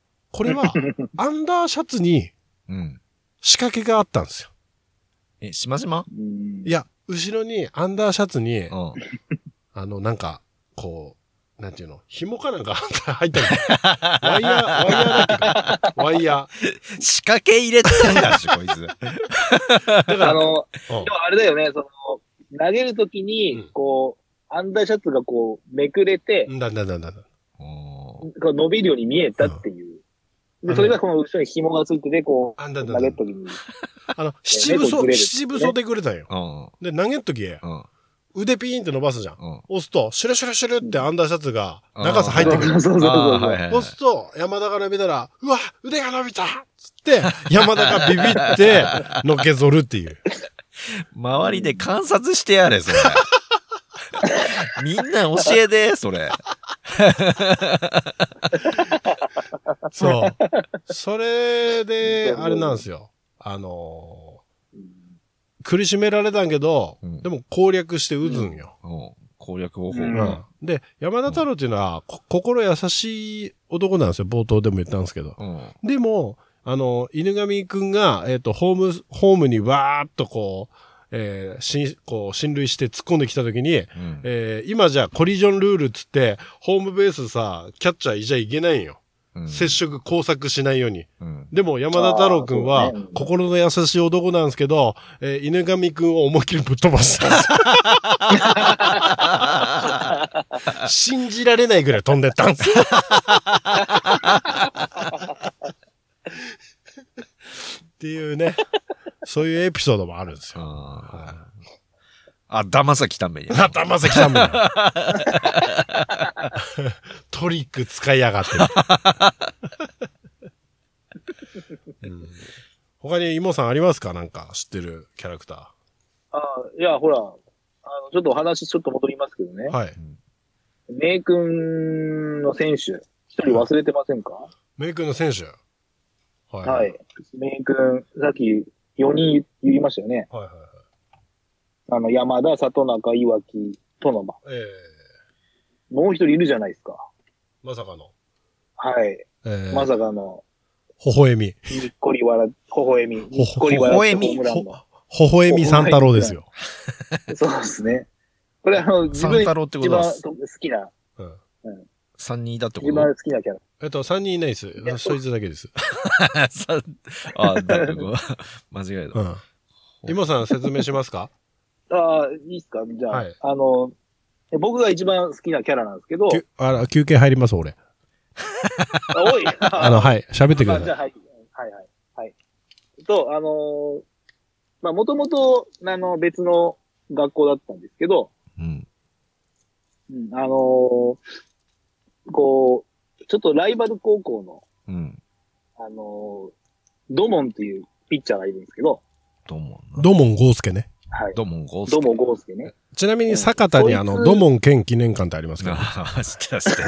これは、アンダーシャツに
うん。
仕掛けがあったんですよ。
え、しましま
うん
いや、後ろにアンダーシャツに、
うん。
あの、なんか、こう、なんていうの、紐かなんか入ったの ワイヤー、ワイヤーだっけかワイヤ
仕掛け入れたんだ し、こいつ。
ー。だか
あ
ら、う
の、
ん
でもあれだよね、その、投げるとき
うん
に、こう、アンダーシャツがこう、めくれて、
うんだんだんだんだん
う
だん。
ん
こう伸びるように見えたっていう。で、それがこの後ろに紐がついてて、こ
あん
う、
だん
投
だんだん
げるときに。
あの、七分
猫ず
袖、
れる
七分袖くれたんよ。
うん。
で、投げっとき、
うん。
腕ピーンって伸ばすじゃん。
うん。
押すと、シュルシュルシュルってアンダーシャツが、長さ入ってくる。
そうそうそうそう
ああはいはい
押すと、山田が伸びたら、うわ、腕が伸びたっつって、山田がビビ って、のけぞるっていう。
周りで観察してやれ、 それ。みんな教えて、それ。
そう。それで、あれなんですよ。あのー苦しめられたんけど、
うん
でも攻略して打つんよ。
うん攻略方法
う
う
ん
が。
で、山田太郎っていうのは、こ心優しい男なんですよ。冒頭でも言ったんですけど。
うん。
でも、あの、犬神くんが、えっ、と、ホーム、ホームにわーっとこう、えー、しこう、進塁して突っ込んできたときに、
うん。
えー今じゃコリジョンルールっつって、ホームベースさ、キャッチャーいじゃいけないんよ。
うん
接触、工作しないように。
うん。
でも山田太郎くん
あー
は
そうねうん、
心の優しい男なんですけど、えー犬神くんを思いっきりぶっ飛 ばしたんですよ。信じられないぐらい飛んで ったんですよ。っていうね、そういうエピソードもあるんですよ。
あーあ、騙さきために。
頭関さんも。トリック使いやがってる。うん他にイモさんありますかなんか知ってるキャラクタ
ああ、いや、ほら、あの、ちょっとお話ちょっと戻りますけどね
ー。。はい。
メイ君の選手、一人忘れてませんか
メイクの選手。はい。
は
はい
い。メイ君、さっき4人言いましたよね。
はいはい。
あの、山田、里中、岩木、殿間。
え
もう一人いるじゃないですか。
ー、まさかの。
はい。
えー、
まさかの、
ほほえみ。
にっこり笑っ、微笑み。にっこり笑ってホームランの。
ほほえみ三太郎ですよ。
そうですね。これあの、自
三
分
太郎ってこ
一
と
番
は、
好きな、
うん
三人いたってこ
一
と
番好きなキャラ。
えっと、三人いないです
や。
そいつだけです。
さあ、だごめん 間違え
う
た。
ん。イモさん説明しますか
ああ、いいっすかじゃあ、
はい
あの、僕が一番好きなキャラなんですけど、
きゅあら休憩入ります、俺。
あおい
あの、はい。喋ってくだ
あ
さい
じゃ。あ、はい。はい、はい。はい。と、あのーまあ、もともと、あの、別の学校だったんですけど、
うん。
うん、あのーこう、ちょっとライバル高校の、
うん。
あのードモンっていうピッチャーがいるんですけど、
どうもな。
ドモン豪介ね。
はい。
どうも、ゴース
ドモンゴースケね。
ちなみに酒田にあ
こ
の、
いつ
ドモン県記念館ってありますけど。
ああ、知ってた、知って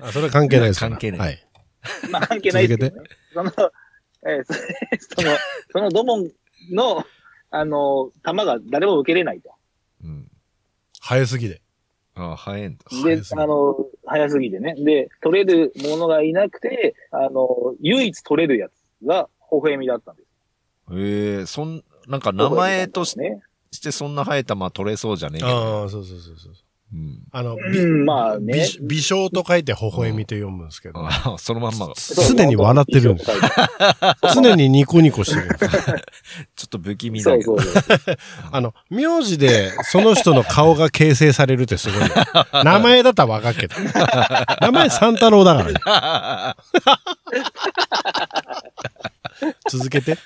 た。
あそれは関係ないですから。
関係ない
はい。
まあ 関係ないですけどね。その、えーそその、そのドモンの、あの、球が誰も受けれないと。
うん。
早すぎで。
ああ、早いんだ。
で
早す、ぎ
あの、早すぎてね。で、取れるものがいなくて、あの、唯一取れるやつが、微笑みだったんです。
ええそん、なんか名前とし
ね。
してそんな生えたま取れそうじゃねえけど。
ああ、そうそうそうそう。
うん。
あの、
う
び
ん、まあ
び
ね。
し微笑と書いて微笑みと読むんですけど、
ああ、そのまんまが。ち
す常に笑ってるんです。
そう
常にニコニコしてるんです。
ょっと不気味だ
そ
け
う
ど。
そうそう。
あの、名字でその人の顔が形成されるってすごいよ。名前だったらわかっけど。名前三太郎だからね。続けて。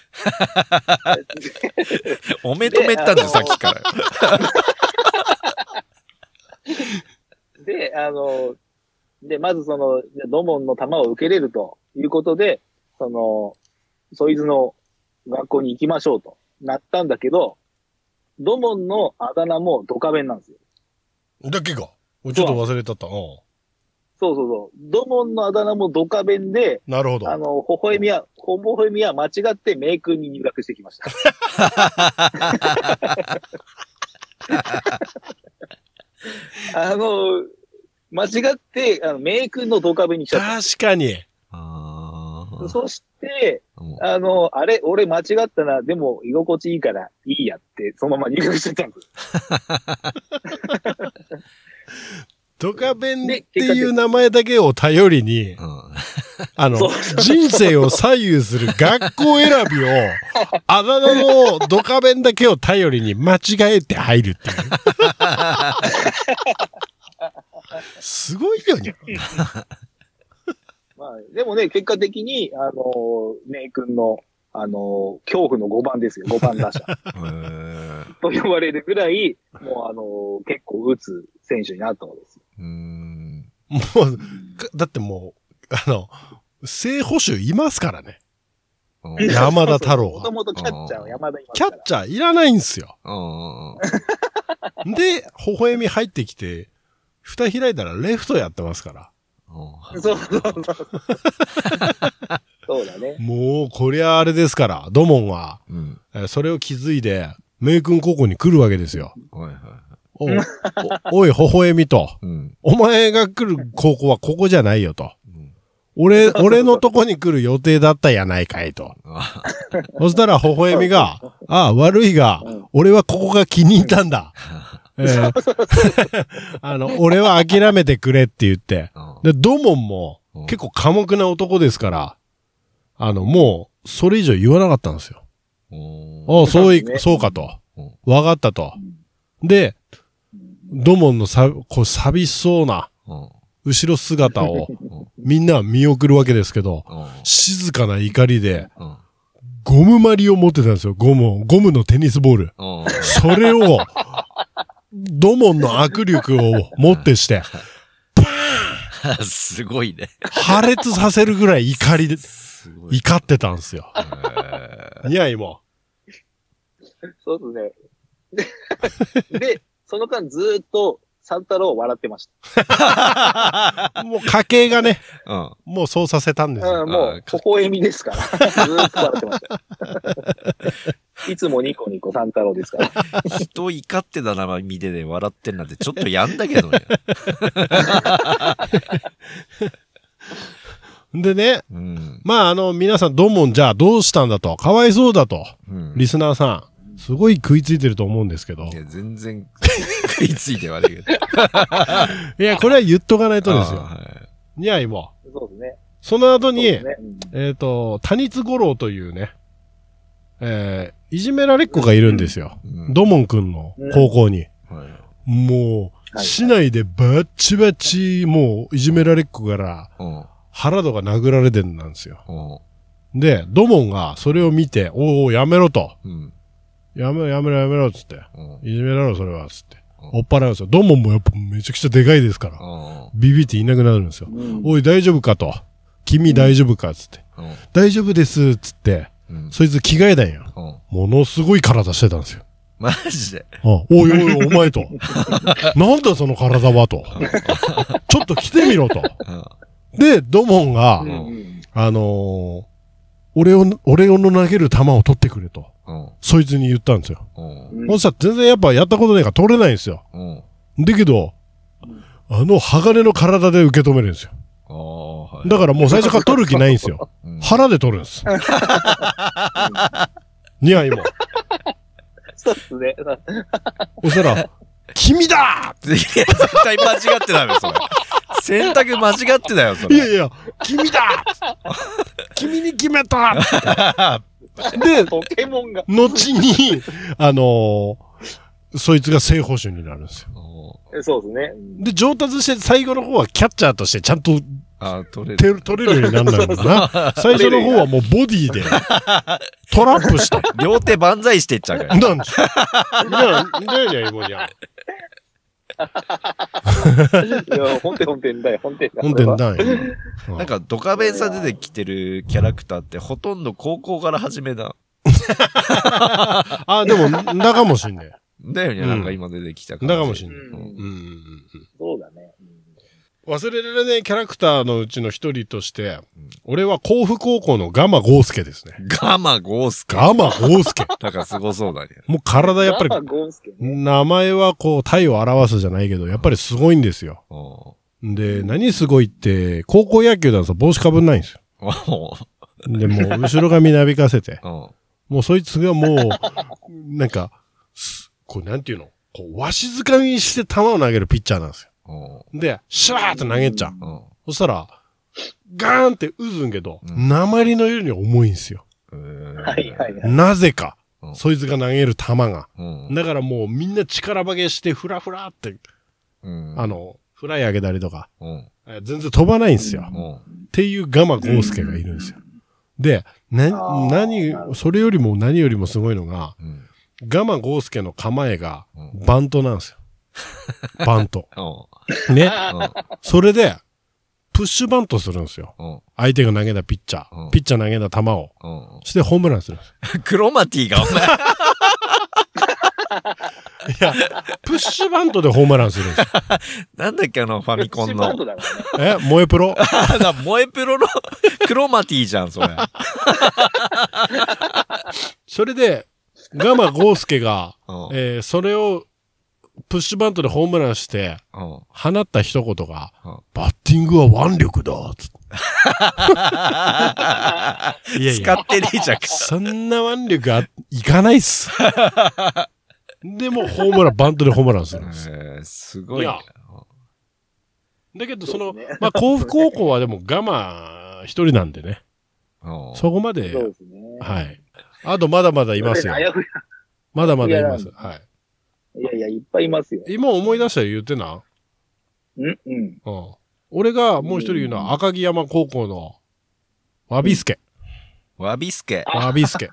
おめ止めったんだよ、
で
さっきから。
で、あの、で、まずその、ドモンの球を受けれるということで、その、そいつの学校に行きましょうとなったんだけど、ドモンのあだ名もドカベンなんですよ。
だっけか。おちょっと忘れたった。うん
そうそうそう。ドモンのあだ名もドカベンで、
なるほど。
あの、微笑みは、ほぼほえみは間違ってメイクに入学してきました。あの、間違って、あのメイクのドカベンにしちゃった。
確かに。
ああ。
そして、
もう
あの、あれ、俺間違ったな、でも居心地いいからいいやって、そのまま入学してたんです。
ドカベンっていう名前だけを頼りに、
うん。
あの
そう、
人生を左右する学校選 びを、あだ名のドカベンだけを頼りに間違えて入るっていう。すごいよね。
まあ、でもね、結果的に、あの、メイ君の、あの、恐怖の5番ですよ、5番 打者。
へ
と呼ばれるぐらい、もうあの、結構打つ選手になったわけですよ。
えうん。
もう、かだってもう、あの、正捕手いますからね。
うん
山田 太郎
も
が
ともとキャッチャーは山田います
キ
か
ャ
ら
ッチャーいらないんすよ。
うん。
で、微笑み入ってきて、蓋開いたらレフトやってますから。
うん
そうそうそう。 そうだね。
もう、こりゃあれですから、ドモンは、
うん。
えーそれを気づいて、メイ君高校に来るわけですよ。
はいはいはい。
おおい、 微笑みと。
うん。
お前が来る高校はここじゃないよと。
うん
俺、俺のとこに来る予定だったやないかいと。
あ
そしたら、微笑みが、ああ、悪いが
うん、
俺はここが気に入ったんだ。えーあの、俺は諦めてくれって言って。
あ
で、ドモンも
うん
結構寡黙な男ですから、あの、もう、それ以上言わなかったんですよ。
うん
ああ、そうい
そうで、す
そうかと
うん。
わかったと。で、ドモンのさ、こう、寂しそうな
うん
後ろ 姿を
ん
みんなは見送るわけですけど、
うん
静かな怒りで、
うん
ゴムまりを持ってたんですよ。ゴムを、ゴムのテニスボール。
うん
それ を、ドモンの握力を持ってして、
すごいね。
破裂させるぐらい怒りで、
すごい。
怒ってたんですよ。
へー
いやいも。
そうですね。で、でその間ずーっと、サンタロウ笑ってまし
もう家計がね、
うん。
もうそうさせたんです
た。
よ。
うん、も
あ
う、微笑みですから。ずーっと笑ってました。いつもニコニコサンタロウですから。
人怒ってたな、見てで笑ってんなんて、ちょっとやんだけどね。
でね、
うん。
まああの、皆さんドモンじゃあどうしたんだと、かわいそうだと、
うん。
リスナーさん、すごい食いついてると思うんですけど
い、や、全然、食いついてはねえけど。
いや、これは言っとかないとですよ。
あ
いやいも。
そうですね。
その後
そう
に、
ですね。うん
えっ、と、谷津五郎というね、えーいじめられっ子がいるんですよ。
ー
ドモンくんの高校に。
はいはい
もう、
はい
市内でバッチバチ、もう、いじめられっ子から、
うん。
原戸が殴られてるんですよ。
うん
で、ドモンがそれを見て、おうおう、やめろと。
うん。
やめろ、やめろ、やめろ、つって。
うん。
いじめろ、それは、つって。
うん
追っ払うんですよ。ドモンもやっぱめちゃくちゃでかいですから。
うん
ビビっていなくなるんですよ。
うん
おい、大丈夫かと。君大丈夫か、つって。
うん
大丈夫です、つって。
うん。
そいつ着替えたんや。
うん。
ものすごい体してたんですよ。
マジで。
あおいおいおい、お前と。 なんだその体はと。ちょっと来てみろと。
うん
で、ドモンが、
うんうん
あのー俺を、俺の投げる球を取ってくれと、
うん。
そいつに言ったんですよ。
うん。
うん
そしたら全然やっぱやったことないから取れないんですよ。
うん。
だけど、あの鋼の体で受け止めるんですよ。
ああ、はい。
だからもう最初から取る気ないんですよ。
うん
腹で取るんです。 ニャイも。
そうっすね。
そしたら、君だ
いや絶対間違ってダメ、それ。選択間違ってだよ、そ
いや
れ。
いや、君だ 君に決めた で、
ポケモンが。
後に、あのーそいつが正捕手になるんですよ。
おー
えそうですね。うん
で、上達して最後の方はキャッチャーとしてちゃんと
あー取れる。
手取れるようになるんだろう な。最初の方はもうボディでトラップして。
両手万歳してっちゃうから。
なんでしょなんだよね、今じゃん。
いや、本店本店だよ、本店だ。
本当にない。
なんか、ドカベンさん出てきてるキャラクターって、ほとんど高校から始めだ。
あ、でも、なかもしんね。
だよね、
うん
なんか今出てきた感じ
だかもし
うん
ない。
ん
う。んうんうんうん
そうだね。
忘れられないキャラクターのうちの一人として、俺は甲府高校のガマゴースケですね。
ガマゴースか。
ガマゴースケ。
なんかすごそうだね。
もう体やっぱ
まあ
り、
ゴンスケね。
名前はこう、体を表すじゃないけど、やっぱりすごいんですよ。
お
で、何すごいって、高校野球だと帽子かぶんないんですよ。
ーおー
で、もう後ろ髪なびかせて、
おー
もうそいつがもう、 なんか、すこう、なんていうのこう、わしづかみにして球を投げるピッチャーなんですよ。
お
で、シャーって投げちゃう。
ーお
そしたら、ガーンって渦んけど、
うん
鉛のように重いんですよ。
ー
はいはいはい。
なぜか
う、ん
そいつが投げる球が。
うん。
だからもうみんな力負けして、フラフラって、
うん。
あの、フライ上げたりとか、
うん。
え全然飛ばないんですよ。っ
うん。
ていうガマゴースケがいるんですよ。で、な、
あー
何、それよりも何よりもすごいのが、
うん。
ガマゴースケの構えが
う、
バントなんですよ。バント。
お
ね。
あ
それで、プッシュバントするんですよ。
ー
相手が投げたピッチャ
う
ー、
ん
ピッチャー投げた球を。
お
してホームランするんです。
ークロマティが、お前。
いや、プッシュバントでホームランするんですよ。
なんだっけ、あの、ファミコン
バン
の。
ドだからね。
え萌えプロ
ただ、萌えプロのクロマティじゃん、それ。
それで、ガマゴースケが、
うん
えーそれを、プッシュバントでホームランして、
うん
放った一言が
うん、
バッティングは腕力だつっ
使
て。いやいや、
ってねえじゃんか。
そんな腕力あいかないっす。でも、ホームラン、バントでホームランするんです。
えーすごい
い
な
や。だけど、そ
そ
の
うですね、
まあ、甲府高校はでもガマ一人なんでね、
うん
そこま
そう
で、
ですね。
はい。あと、まだまだいますよ
あ。やふや
まだまだいます。はい。
いやいや、いっぱいいますよ。
今思い出したら言ってな。
うんうん。
うん。俺がもう一人言うのは赤城山高校のわびすけ。
わびすけ。
わびす け。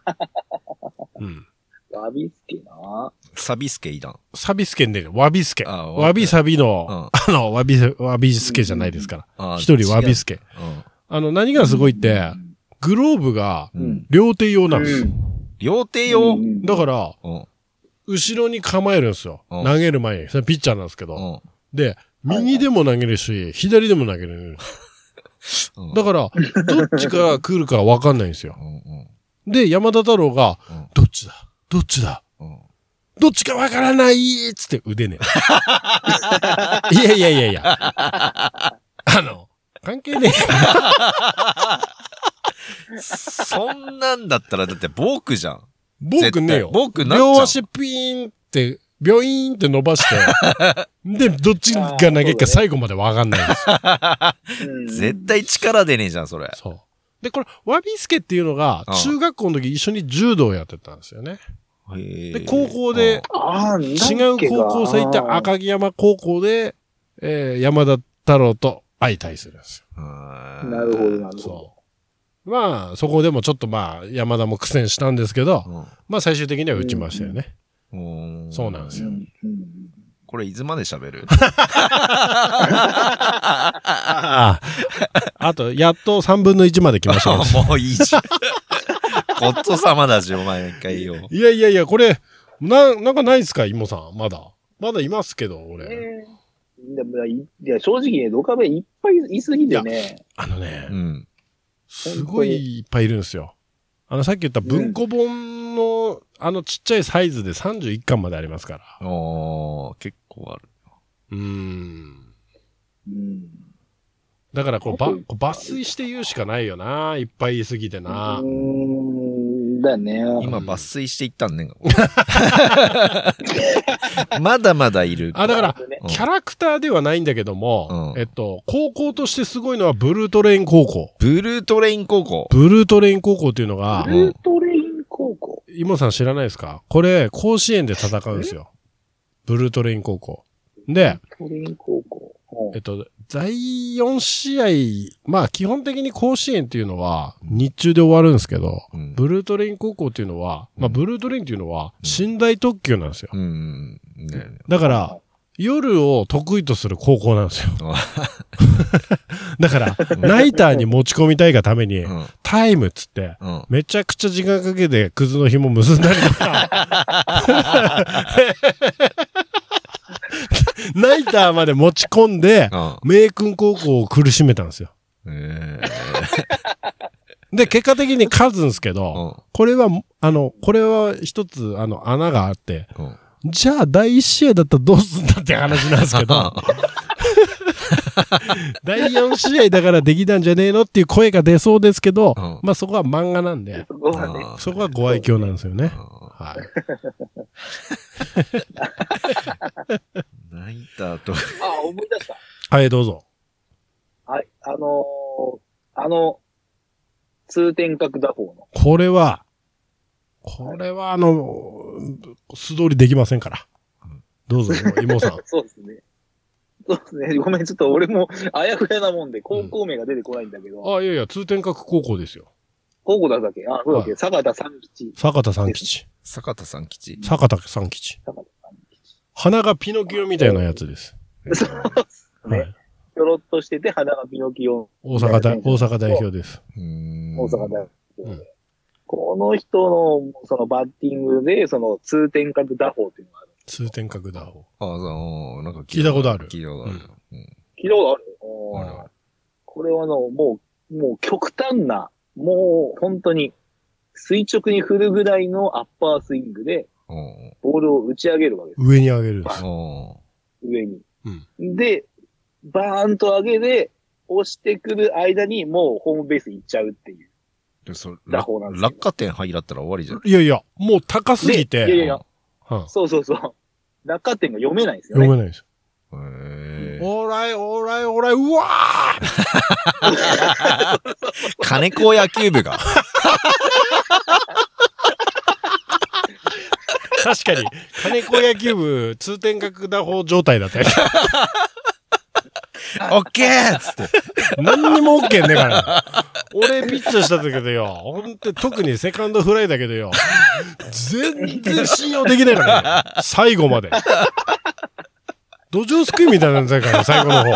うん。
ワビスケな。
サビスケいだん。
サビすけんでね、わびすけ。
あ
わびサビの、
うん
あの、わび、わびすけじゃないですから。
あー
一人わびすけ。
違う
あの、何がすごいって、グローブが
うん。うん。
両手用なんです。
ん。
両手用。うん。
だから、
うん。
後ろに構えるんですよ。
うん
投げる前に。それピッチャーなんですけど。
う
で、右でも投げるし、左でも投げれる。
ん。
だから、どっちから来るかわかんないんですよ。
うんうん
で、山田太郎が、
うん
どっちだどっちだ
うん。
どっちかわからないっつって 腕ね。いやいやいやいや。あの、関係ねえ。
そんなんだったら、だって、ボークじゃん。
僕ねえよ。
絶対ボークになっちゃう
両足ピーンって、ビョイーンって伸 ばして、で、どっちが投げるか最後までわかんないんですよ。
うん
絶対力出ねえじゃん、それ。
そう。で、これ、ワビスケっていうのが
うん、
中学校の時一緒に柔道をやってたんですよね。
で
で、高校で、
ああ、違
違う高校生行って赤城山高校で、えー山田太郎と相対するんです
な
なるほど、なる
よ。
ほど。
そう。まあ、そこでもちょっとまあ、山田も苦戦したんですけど、
ど。
まあ最終的には打ちましたよね。
うんうん。
そうなんですよ。
うん
これ、いつまで喋る
ああ。あと、やっと3分の1まで来ましたね、
もういいじゃん。 こっち様だし、お前一回言おう。
いやいやいや、これ、な、なんかないですか、イモさん。まだ。まだいますけど、俺。
えーでもいいや正直ね、ドカベンいっぱいいすぎてね、
あのね
う、ん。
すごいいっぱいいるんですよ。あの、さっき言った文庫本の、あのちっちゃいサイズで31巻までありますから。
おー、結構ある。
うん。
うん。
だからこうば、こう抜粋して言うしかないよな。いっぱい言いすぎてな
う。ーん、だね。
今、抜粋していったんね。まだまだいる。
あ、だから、
ね
うん
キャラクターではないんだけども、
うん
えっと、高校としてすごいのはブルートレイン高校。
ブルートレイン高校。
ブルートレイン高校っていうのが
ブ、ルートレイン高校。
イモさん知らないですかこれ、甲子園で戦うんですよ。ブルートレイン高校。で、
トレイン高校。うん
えっと、第4試合、まあ基本的に甲子園っていうのは日中で終わるんですけど、
うん
ブルートレイン高校っていうのは、まあブルートレインっていうのは
う
寝台特急なんですよ。
うん。ね
だから、夜を得意とする高校なんですよ。 だから、ナイターに持ち込みたいがために
う、ん。
タイムっつって、
うん。
めちゃくちゃ時間かけて、クズの紐結んだりとか。 ナイターまで持ち込んで、
あ
名君高校を苦しめたんですよ。
え
で、結果的に勝つんですけ
え
ど、これは、あの、これは一つ、あの、穴があって、
うん。うん。
じゃあ第一試合だったらどうすんだって話なんですけど、第4試合だからできたんじゃねえのっていう声が出そうですけど、
うん
まあそこは漫画なんで、
そこはね、
あ
そこはご愛嬌なんですよね。
あ
はい。
ナイターと。
あ、思い出した。
はい、どうぞ。
はい、あのーあの、通天閣打法の。
これは、これはあの、素通りできませんから。どうぞ、妹さん。
そうですね。そうですね。 ごめん、ちょっと俺もあやふやなもんで、高校名が出てこないんだけど、
あ、いやいや、通天閣高校ですよ。
高校だったっけあ、そうだっけ、
は
坂田三吉。
坂田三吉。
坂田さん吉。
坂田三吉。
坂田三吉。
鼻がピノキオみたいなやつです。
そうです
は
ね。
い。
ひょろっとしてて、鼻がピノキオ、
大阪大、大阪代表です。
うん
大阪大学で、
うん
この人の、そのバッティングで、その通天閣打法っていうのがある。
通天閣打法。
ああ、そう、なんか
聞いたことある
聞いたことある。うん
聞いたことあるおー
あるあ
これはの、もう、もう極端な、もう本当に垂直に振るぐらいのアッパースイングで、
うん
ボールを打ち上げるわけです。
上に上げるんです。
うん。
上に。で、バーンと上げで、押してくる間にもうホームベース行っちゃうっていう。
でそれ
打法なんですよ
落下点入らったら終わりじゃん。
いやいや、もう高すぎ
でいやい
て、
や
うん
そうそうそう。落下点が読めないんですよ
読め
ね。
ないです。
へえ。
オーライ、オーライ、オーライ、うわー
金子野球 部が。
確かに、金子野球部、通天閣打法状態だったよ。
オッケーっつって。
何にも OK ね、から。俺、ピッチャーしたんだけどよ。ほんと、特にセカンドフライだけどよ。全然信用できないからね。最後まで。土壌すくいみたいなんだから、最後の方。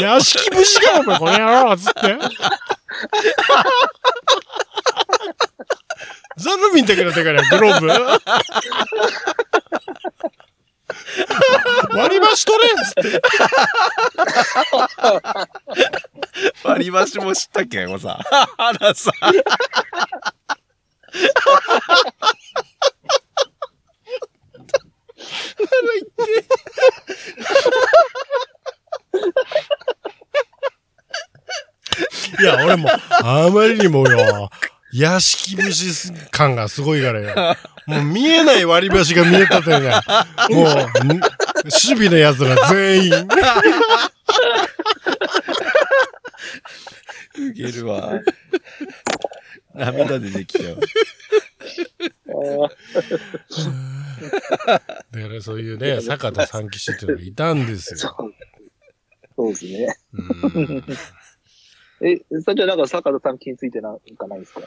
屋敷節か、お前、この野郎つって。ザルみたいな手から、グローブ。割り箸取れんつって。
割り箸も知ったっけもうさ。あらさ。
いや、俺も、あまりにもよ、屋敷節感がすごいからよ。もう見えない割り箸が見えたというね。もう、ん守備の奴ら全員。
ウケるわ。涙出てきちゃう。
あ
だからそういうね、坂田三騎士っていうのがいたんです
ー
よ。
そうそうですね。
うん
え、さっきはなんか坂田さん気についてなんかないですか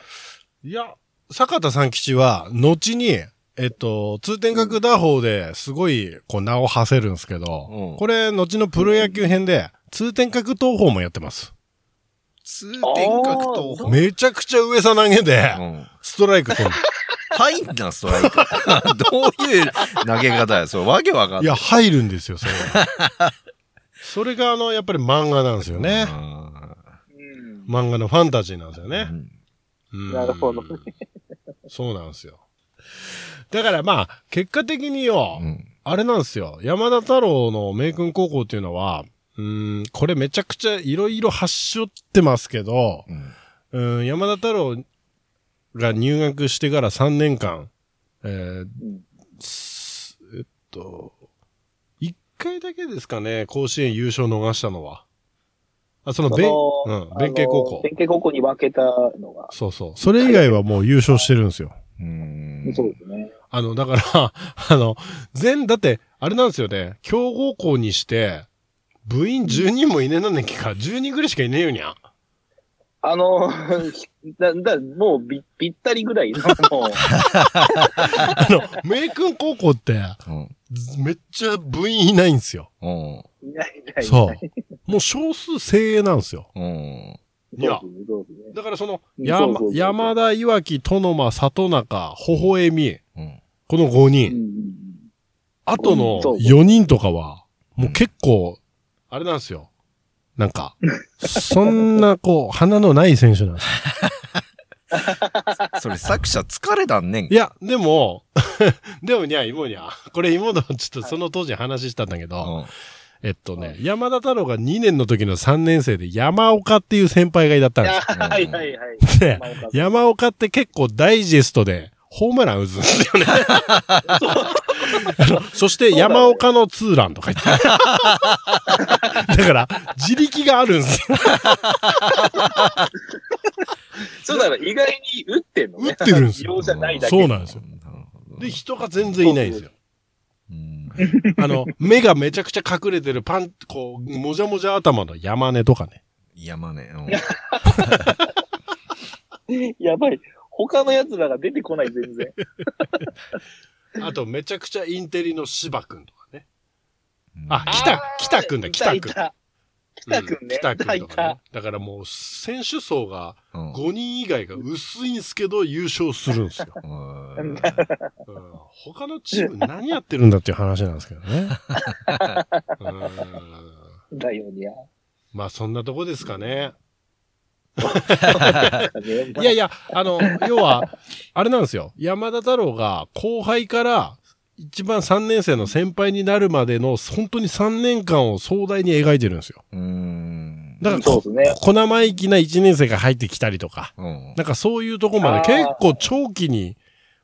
いや、坂田三吉は、後に、えっと、通天閣打法ですごい、こう、名を馳せるんですけど、
うん
これ、後のプロ野球編で、通天閣投法もやってます。
通天閣投法。
めちゃくちゃ上さ投げで、
うん
ストライク取る。
入んな、ストライク。 どういう投げ方や。それ、わけわかん
い
ない。
や、入るんですよ、そ れは。それが、あの、やっぱり漫画なんですよね。
あ
う
漫画のファンタジーなんですよね
う。ん
うん
なるほどね。
そうなんですよ。だからまあ、結果的によ、
うん
あれなんですよ。山田太郎の名君高校っていうのは、うーん、これめちゃくちゃいろいろ発症ってますけど、
うん
うん、山田太郎が入学してから3年間、え
うん
ーすえっと、1回だけですかね、甲子園優勝逃したのは。あ、その、べん
そ
うん
の、
弁慶高
あの
校。
弁慶高校に分けたのが、
そうそう。それ以外はもう優勝してるんですよ。
うん
そうですね。
あの、だから、 あの、全、だって、あれなんですよね、強豪校にして、部員10人もいねえなんねんきか、10人ぐらいしかいねえよにゃ。
あの、 だ、だ、もうび、ぴったりぐらいの、もう、
あの、名君高校って、
うん
めっちゃ部員いないんですよ。
うん
いないいない。。
そう う。もう少数精鋭なんですよ。
うん
いや
そうですね。
だからその、
うん
や
そう
ま
そうそう
山田、岩木、殿間、里中、微笑み、
うん
この5
うんう
人。
んうん
あと
う
の
んそう
4人とかは、もう結構、あれなんですよ。なんか、そんなこう、 花のない選手なんですよ
それ作者疲れたんねん
いや、でも、 でもにゃ、芋にゃ、これ芋の、ちょっとその当時話したんだけど、
うん
えっとね
は、
山田太郎が2年の時の3年生で山岡っていう先輩がいだったん
い
で
や
す
はいはいはい。
よ。で
まあよかった
山岡って結構ダイジェストでホームラン打つんです よね。あのそして山岡のツーランとか言って。だから、自力があるんですよ。
そうだから意外に打ってんの
打っ
ね。
てるんです
そ
よ
う。じゃないだけ
そうなんですよ。
なるほど
で、人が全然いないんですよ。
うん
あの、目がめちゃくちゃ隠れてるパン、こう、もじゃもじゃ頭の山根とかね。
山ねうん
やばい。他の奴らが出てこない全然。
あと、めちゃくちゃインテリの芝くんとかね。
うん
あ、北、北くんだ、北くん。
た北くんね。
北くん
い
とかね
た。。
だからもう、選手層が
うん
5人以外が薄いんすけど、優勝するんですよ。
うん
うん他のチーム何やってるんだっていう話なんですけどね。うん
だよにゃ。
まあ、そんなとこですかね。い
い
やいや、あの、要は、あれなんですよ。山田太郎が後輩から一番3年生の先輩になるまでの本当に3年間を壮大に描いてるんですよ。
うん
だから
そう
こ、
ですね。
小生意気な1年生が入ってきたりとか、
うん
なんかそういうとこまで結構長期に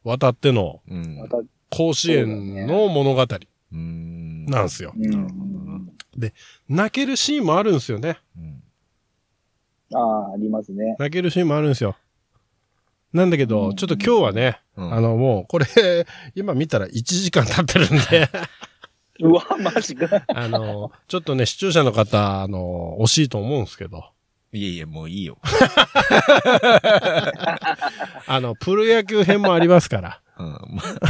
わたっての
うん
また、
甲子園の物語
うん
なんですよ。
う
なるほ
ん
どな
泣けるシーンもあるんですよね。
うん
ああ、ありますね。
泣けるシーンもあるんですよ。なんだけ
う
ど、
ん
ちょっと今日はね、
うん
あのもうこれ、 今見たら1時間経ってるん で、
うわ、マジか。
あの、ちょっとね、視聴者の方、あの、惜しいと思うんですけど、
いえいえもういいよ
あの、プロ野球編もありますから、
うんまあ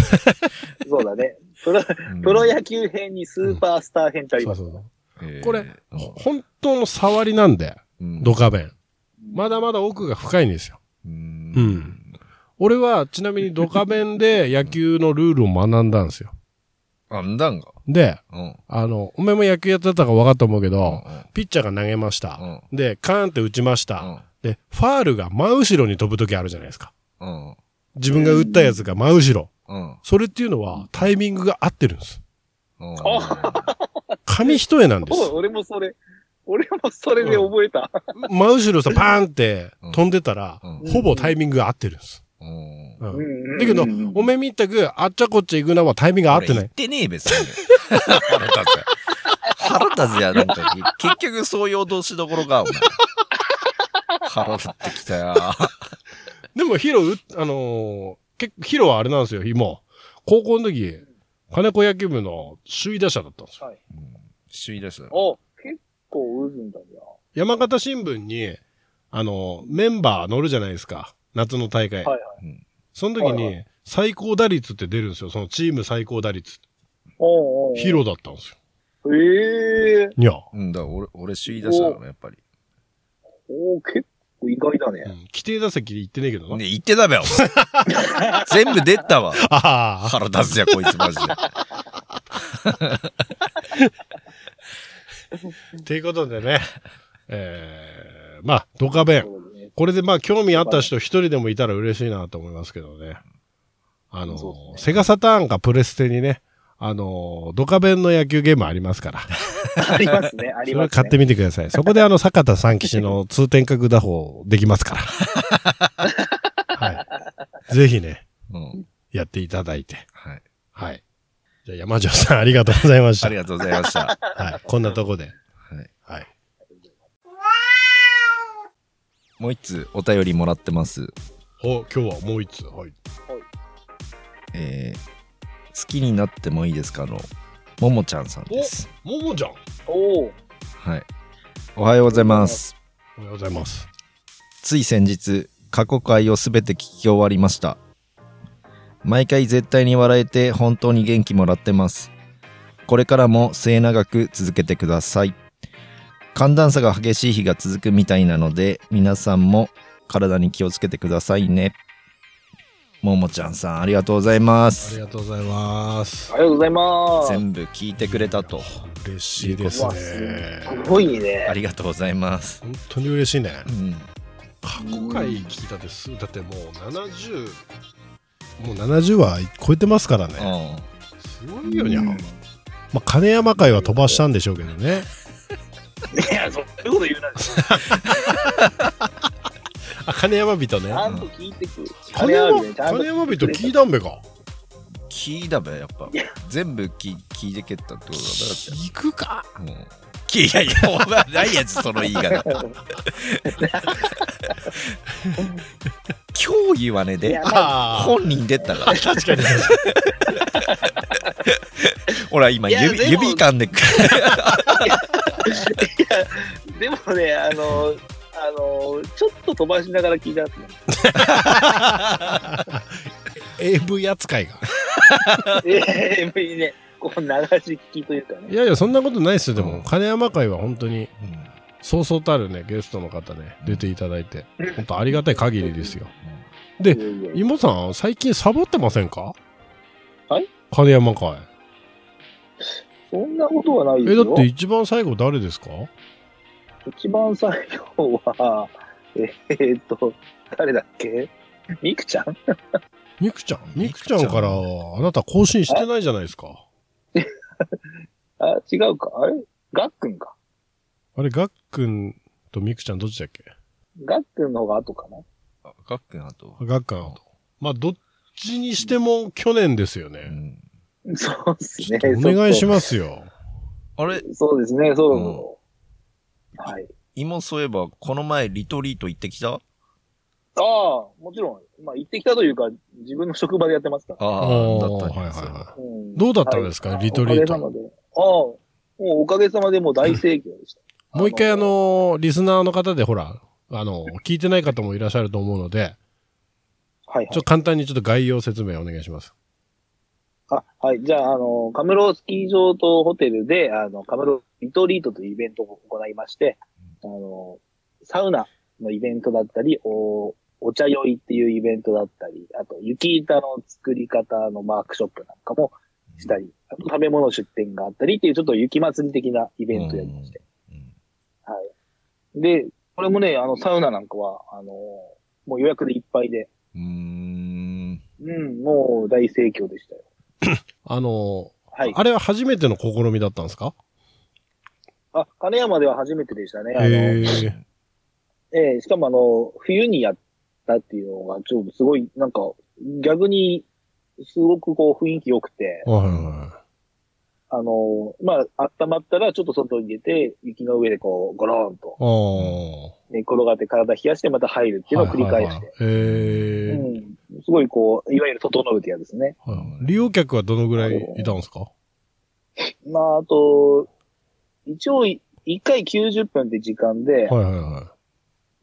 そうだね。プロ
うん
プロ野球編にスーパースター編ってあり
そう
ます。
そうそう
えー
これ
うん
ほ本当の触りなんで、
うん
ドカベン。ま
だ、
だまだ奥が深いんですよ。
うん
うん俺は、ちなみにドカベ ンで野球のルールを学んだんですよ。
あんだんが
で、
うん
あの、お前も野球やってたか分かったと思うけ
う
ど、
ん
ピッチャーが投げました。
う
で、カーンって打ちました。で、ファールが真後ろに飛ぶ時あるじゃないですか。
うん
自分が打ったやつが真後ろ。
うん
それっていうのはタイミングが合ってるんです。
うん
紙一重なんです。
おい俺もそれ、俺もそれで覚えた。
真後ろさ、パーンって飛んでたら、
うん
ほぼタイミングが合ってるんです。
うん
うん
うんうん
だけど、
うん
おめみったく、あっちゃこっちゃ行くのはタイミングが合って
俺
な
言
い
っ。てねえ別に腹立つ腹立つやなんか結局そういう脅しどころかお前腹立ってきたよ
でも、ヒロう、あのー、結構、ヒロはあれなんですよ、もう。高校の時、金子野球部の首位打者だったんですよ。
首位出したよ
お、結構打つんだじ
山形新聞に、あのーメンバー乗るじゃないですか。夏の大会。
はいは
う
い
ん
その時
はい
に、最高打率って出るんですよ。そのチーム最高打率。
おうおうおう
ヒロだったんですよ。
ええ
にゃー。
うんだから俺俺首位出したからやっぱり
おー結構意外だ
う
ね。
ん規定打席行ってねえけどな。
ね言ってたべよ 全部出ったわ
ああ。
腹立つやこいつマジで
ということでね、えー、まあ、ドカベン。
そうですね
これでまあ、興味あった人一人でもいたら嬉しいなと思いますけどね。あの、
そうです
セ
ね
ガサターンかプレステにね、あの、ドカベンの野球ゲームありますから。
あります ね、あり
それは
ますね。
買ってみてください。そこであの、坂田三騎士の通天閣打法できます から。はい。ぜひね、
うん。
やっていただいて。
はい。
はい。じゃあ山城さんありがとうございまし
あ
た
り。がとうございました。は
はい。こんなとこで。
い。
はい。
もう一つお便りもらってます。
お、今日はもう一つ。はい。
えー好きになってもいいですかの、ももちゃんさんです。
ももちゃん。
おお、
はい。おはようございます。
おはようございます。
つい先日過去回を全て聞き終わりました毎回絶対に笑えて本当に元気もらってますこれからも末永く続けてください寒暖差が激しい日が続くみたいなので皆さんも体に気をつけてくださいねももちゃんさんありがとうございま
あり
す
がとうございます
あ。りがとうございます。
全部聞いてくれたと
嬉しいです
うわ
ね。
すごいね
あ。りがとうございます
本当に嬉しいね。
うん
過去回聞いたです。だってもう70、もう70は超えてますからね。
あ
すごいよにゃ。
うん
まあ、金山会は飛ばしたんでしょうけどね。
いや、そういうこと言うな。
あ、金山人ね
ち。ゃんと聞いてくる。
金
あ
山
れあるねちゃんと
金山人聞いたんべか。
聞いたべやっぱ全部聞聞いてけったってことだなだって
聞くか。
もう。いやいや、お前、ないやつ、そ の言い方。今日言わねえ
い
で
や。
あ
本人出たから。
あ。確かに。
ほら、今、
いや
指、
でも
指噛んでくる。
でもね、あの、あの、ちょっと飛ばしながら聞いたんですね。
AV 扱いが。
ええ、やっぱりね、こう流し聞きというか
い
ね。
やいや、そんなことないっすよ。で
うん
も、金山会は本当に、そうそうたるね、ゲストの方ね、出ていただいて、本当ありがたい限りですよ。で
いやいやいや
妹さん、最近サボってませんか
はい
金山会。
そんなことはないです
え、だ
よ。
って一番最後誰ですか
一番最後は、 えーっと、誰だっけみくちゃん
ミクちゃんミクちゃんから、あなた更新してないじゃないですか。
あ、違うか。あれがっくんか。
あれ、ガックンとミクちゃんどっちだっけ
がっくんの方が後かな。
かっくん、あと。
ガックンと。まあ、どっちにしても去年ですよ
う
ね。
ん
そうっす
ちょ
ね
っと。お願いし
ま
ますよ。
あれ、
す。そうですね、そうそうはい。
今、そういえば、この前、リトリート行ってきた
ああ、もちろん、まあ行ってきたというか、自分の職場でやってますから。
ああ、
お
だ
ー
ったん
はい
や
はいはい。
うん
どうだったんですか
はい
リトリート
おかげさまで。ああ、もうおかげさまでもう大盛況でした。
もう一回あ、のリスナーの方でほら、あの聞いてない方もいらっしゃると思うので、
はい、はい
ちょっと簡単にちょっと概要説明お願いします。
あ、はい。じゃあ、あの、カムロスキー場とホテルで、あの、カムロリトリートというイベントを行いまして、あの、サウナのイベントだったり、お、お茶酔いっていうイベントだったり、あと、雪板の作り方のワークショップなんかもしたり、あと食べ物出店があったりっていう、ちょっと雪祭り的なイベントをやりまして。
うん
で、これもね、あの、サウナなんかは、あの、もう予約でいっぱいで、
うーん。
うん、もう大盛況でしたよ。
あの
はい。
あれは初めての試みだったんですか
あ、金山では初めてでしたね。あの、
へえ。
ええしかもあの、冬にやったっていうのが、ちょっとすごい、なんか、逆に、すごくこう雰囲気良くて、
はいはいは
あの、まあ、温まったらちょっと外に出て、雪の上でこう、ゴローンと
い。あ
寝転がって体冷やしてまた入るっていうのを
あ。
繰り返
は
し
いは
て、
いはいへえ。
うん。すごいこう、いわゆる整うってやつですね。
はいはい利用客はどのぐらいいたんですか
まあ、あと、一応、1回90分って時間で、
はいはいは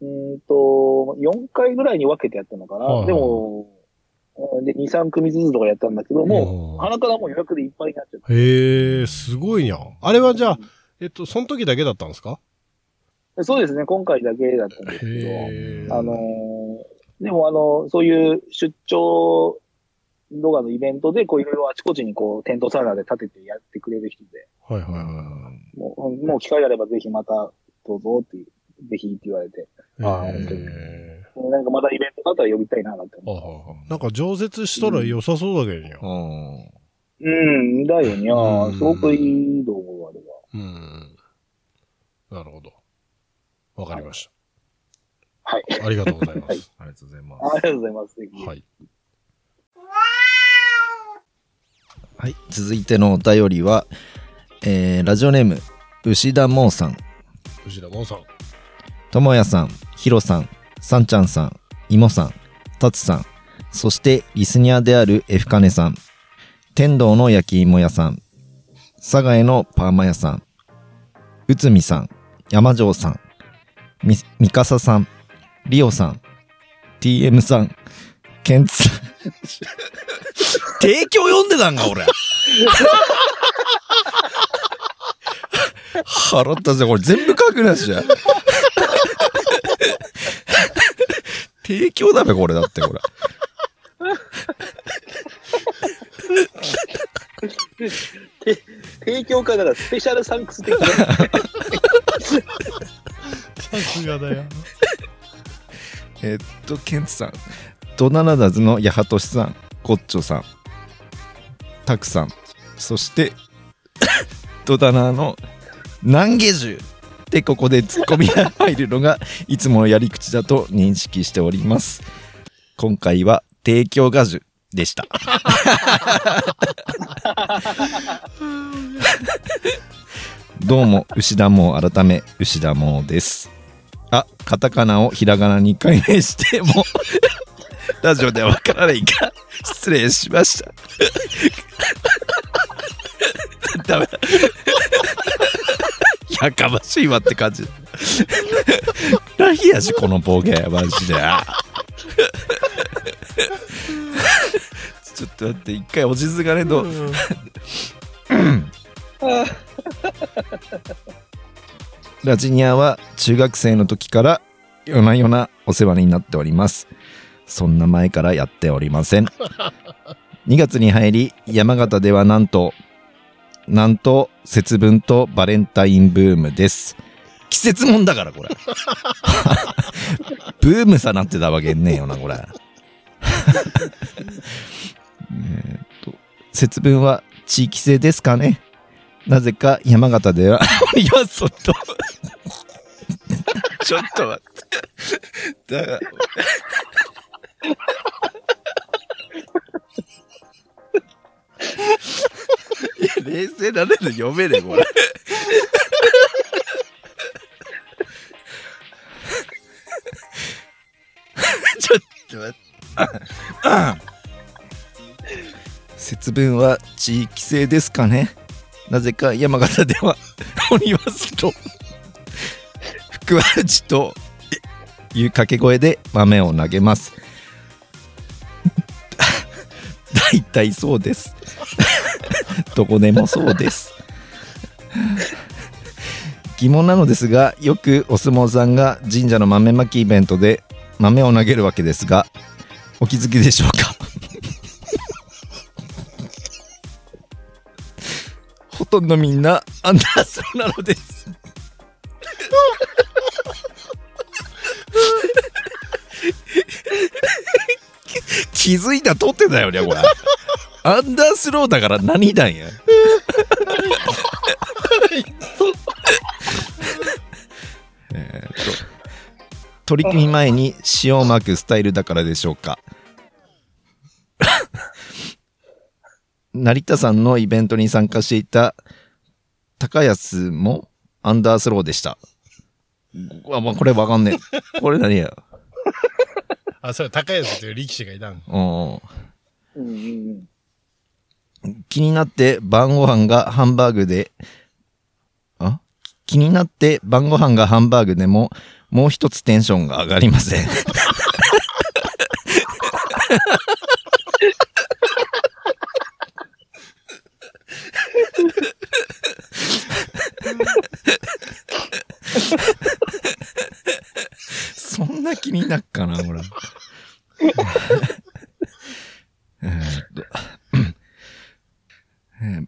い。
うーんと、4回ぐらいに分けてやったのかな。
はいはい
でも、うんで、2、3組ずつとかやったんだけども、
も
鼻からもう予約でいっぱいになっちゃった。
へえ、すごいにゃ。あれはじゃあ、えっと、その時だけだったんですか
そうですね、今回だけだったんですけ
へえ。
ど、あのーでもあの、そういう出張動画のイベントで、こういろいろあちこちにこう、テントサウナで立ててやってくれる人で、
はいはいはい。
うん
もう、うんもう機会があればぜひまたどうぞっていうぜひって言われて、
あ
へ
なんかまだイベントがあったら呼びたいな、なんて思
あなんか常設したら良さそうだけどね。
うん。
う。うん、だよに
う
ゃ
ん
すごくいいと思う、あれは。
うん。なるほど。わかりまし
はい。
た。ありがとうございま
はい
す。
ありがとうございます。
ありがとうございます。ぜひ
はい。
はい、続いてのお便りは、えーラジオネーム牛田もさん
藤田真央さん。
ともやさんひろさんさんちゃんさんいもさんたつさんそしてリスニアである F カネさん天童の焼き芋屋さん佐賀へのパーマ屋さん内海さん山城さんみ三笠さんリオさん TM さんケンツさん提供読んでたんか俺 払ったぜ、これ全部書くなしじゃん。提供だべ、これだって、これ。
て提供からだからスペシャルサンクス的な。
さすがだよ。
えーっと、ケンツさん。ドナナダズの八幡さん、コッチョさん、タクさん、そして、 ドダナーの南下獣でここでツッコミが入るのが いつものやり口だと認識しております。今回は提供ガジュでした。 どうも牛田も改め牛田もです。あ、カタカナをひらがなに改名してもラジオではわからないから失礼しました。ダメだ。やかましいわって感じ。ラヒやしこの暴言マジで。ちょっと待って一回おじずがねどうラジニアは中学生の時から夜な夜なお世話になっております。そんな前からやっておりません。2月に入り、山形ではなんと、なんと節分とバレンタインブームです。季節もんだから、これ。ブームさなってたわけねえよな、これ。 えーっと、節分は地域性ですかねなぜか山形では、 いや、そっと。 ちょっと待って。だが。 いや、冷静なれる読めねえ、これ。 ちょっと待って。 節分は地域性ですかねなぜか山形では鬼はすと福は内とえいう掛け声で豆を投げます 大体そうです どこでもそうです疑問なのですがよくお相撲さんが神社の豆まきイベントで豆を投げるわけですがお気づきでしょうか ほとんどみんなアンダーソーなのです。気づいたとってだよね これアンダースローだから何なんや えーっと取り組み前に塩をまくスタイルだからでしょうか 成田さんのイベントに参加していた高安もアンダースローでした。あ、まあ、これわかんねえ。これ何や。
あ、それ高安という力士がいたん。
うん。
うんうんうん
気になって晩ご飯がハンバーグで、あ気になって晩ご飯がハンバーグでも、もう一つテンションが上がりません。そんな気になっかな、ほ ら。えーっとえー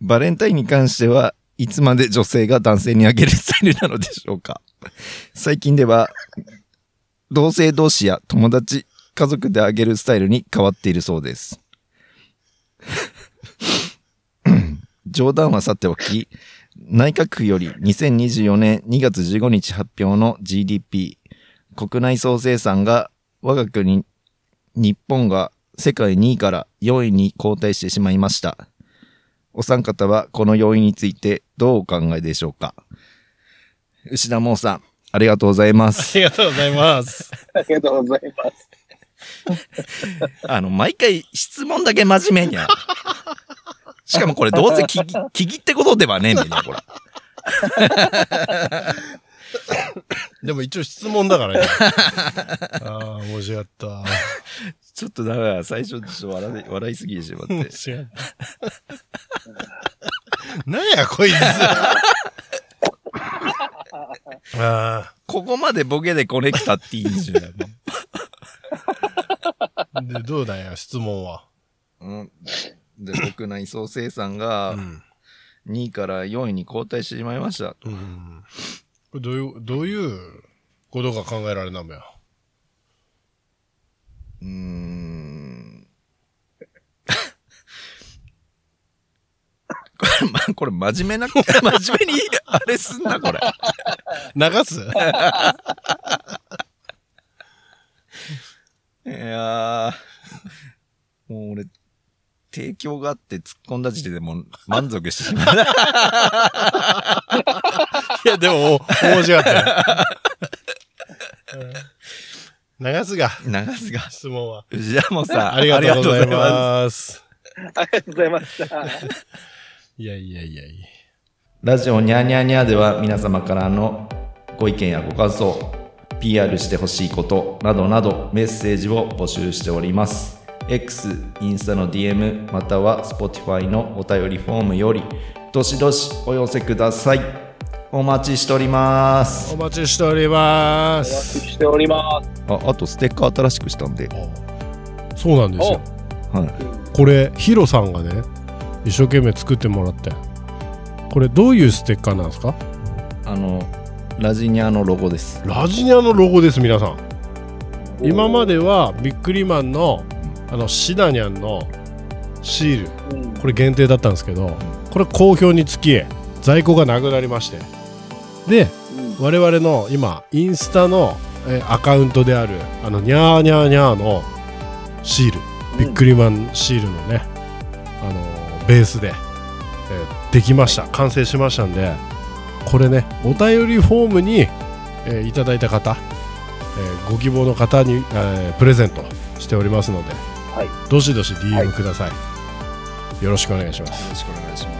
バレンタインに関してはいつまで女性が男性にあげるスタイルなのでしょうか 最近では、同性同士や友達、家族であげるスタイルに変わっているそうです。 冗談はさておき、内閣府より2024年2月15日発表の GDP、国内総生産が我が国、日本が世界2位から4位に後退してしまいました。お三方はこの要因についてどうお考えでしょうか牛田真央さん、ありがとうございま
あ
す。
りがとうございます。
ありがとうございます。
あの、毎回質問だけ真面目に ゃ。しかもこれどうせ聞き、聞きってことではねえんだよ、これ。
でも一応質問だ からね。ああ、面白かっ
ちょっとだから最初ちょっと笑い、笑いすぎてしまって
た。。面白かった。 なんや、こいつ。 あ
ここまでボケでこねきたっていいんじゃん。
あ。で、どうだよ、質問は。
うん。で、国内総生産が
うん。
2位から4位に後退してしまいました。
うん。これどういう、どういうことが考えられなのよ。
うー ん。これ、ま、これ真面目な、 真面目にあれすんな、これ。
流 す
いやー、もう俺、提供があって突っ込んだ時点でもう満足してしまう。
いや、でも、お面白かったよ。うん流すが、
流すが。
質問は。
藤山さん、
ありがとうござい
ありがとうございま
ます。
ありがとうございまし
い
た。
やいやいやいや。
す。ラジオニャーニャーニャーでは皆様からのご意見やご感想、PR してほしいことなどなどメッセージを募集しております。X、インスタの DM または Spotify のお便りフォームより、どしどしお寄せください。お待ちしております。
お待ちしておりま
お待
す
ち。しております。
あ、あとステッカー新しくしたんで。
そうなんです
お
よ。
はい。
これ、ヒロさんがね、一生懸命作ってもらって。これ、どういうステッカーなんですか
あの、ラジニアのロゴです。
ラジニアのロゴです、皆さん。
おー
今までは、ビックリマンの、あの、シダニャンのシール。
うん
これ限定だったんですけどこれ好評につき在庫がなくなりましてで
うん
我々の今インスタのえアカウントであるあのニャーニャーニャーのシールビックリマンシールのね、あのベースで、えーできました完成しましたんでこれねお便りフォームに、えーいただいた方、えーご希望の方に、えープレゼントしておりますので、
はい
どしどし
はい
DM ください、よろしくお願いします
よろしくお願いします。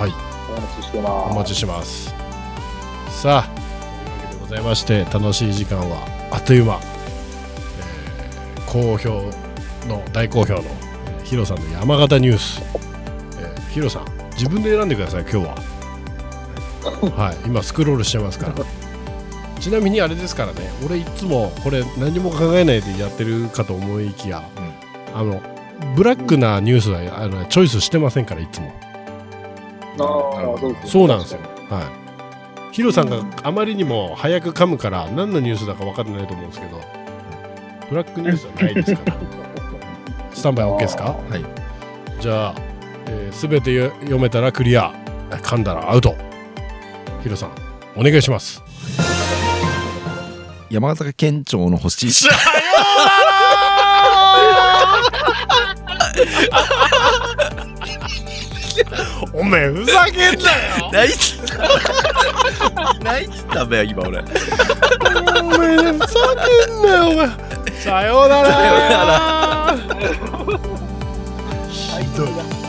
はい
お待ちしてます。
お待ちしてますさあというわけでございまして楽しい時間はあっという間、えー好評の大好評のえーヒロさんの山形ニュース、えーヒロさん自分で選んでください今日ははい今スクロールしてますからちなみにあれですからね俺いつもこれ何も考えないでやってるかと思いきや、あのブラックなニュースはあのチョイスしてませんからいつも
あーそうですね
そうなんですよ。はい。ヒロさんがあまりにも早く噛むから、何のニュースだか分かってないと思うんですけど、ブラックニュースはないです から。スタンバイ OK ですか
はい。
じゃあ、えー、全てよ読めたらクリア、あ噛んだらアウト。ヒロさん、お願いします。
山形県庁の 星。
おめえ、ふざけんなよ
ないっつった。ないっつったべ、今俺。
おめえ、ふざけんなよ、お前。さようなら
さような
ひどい。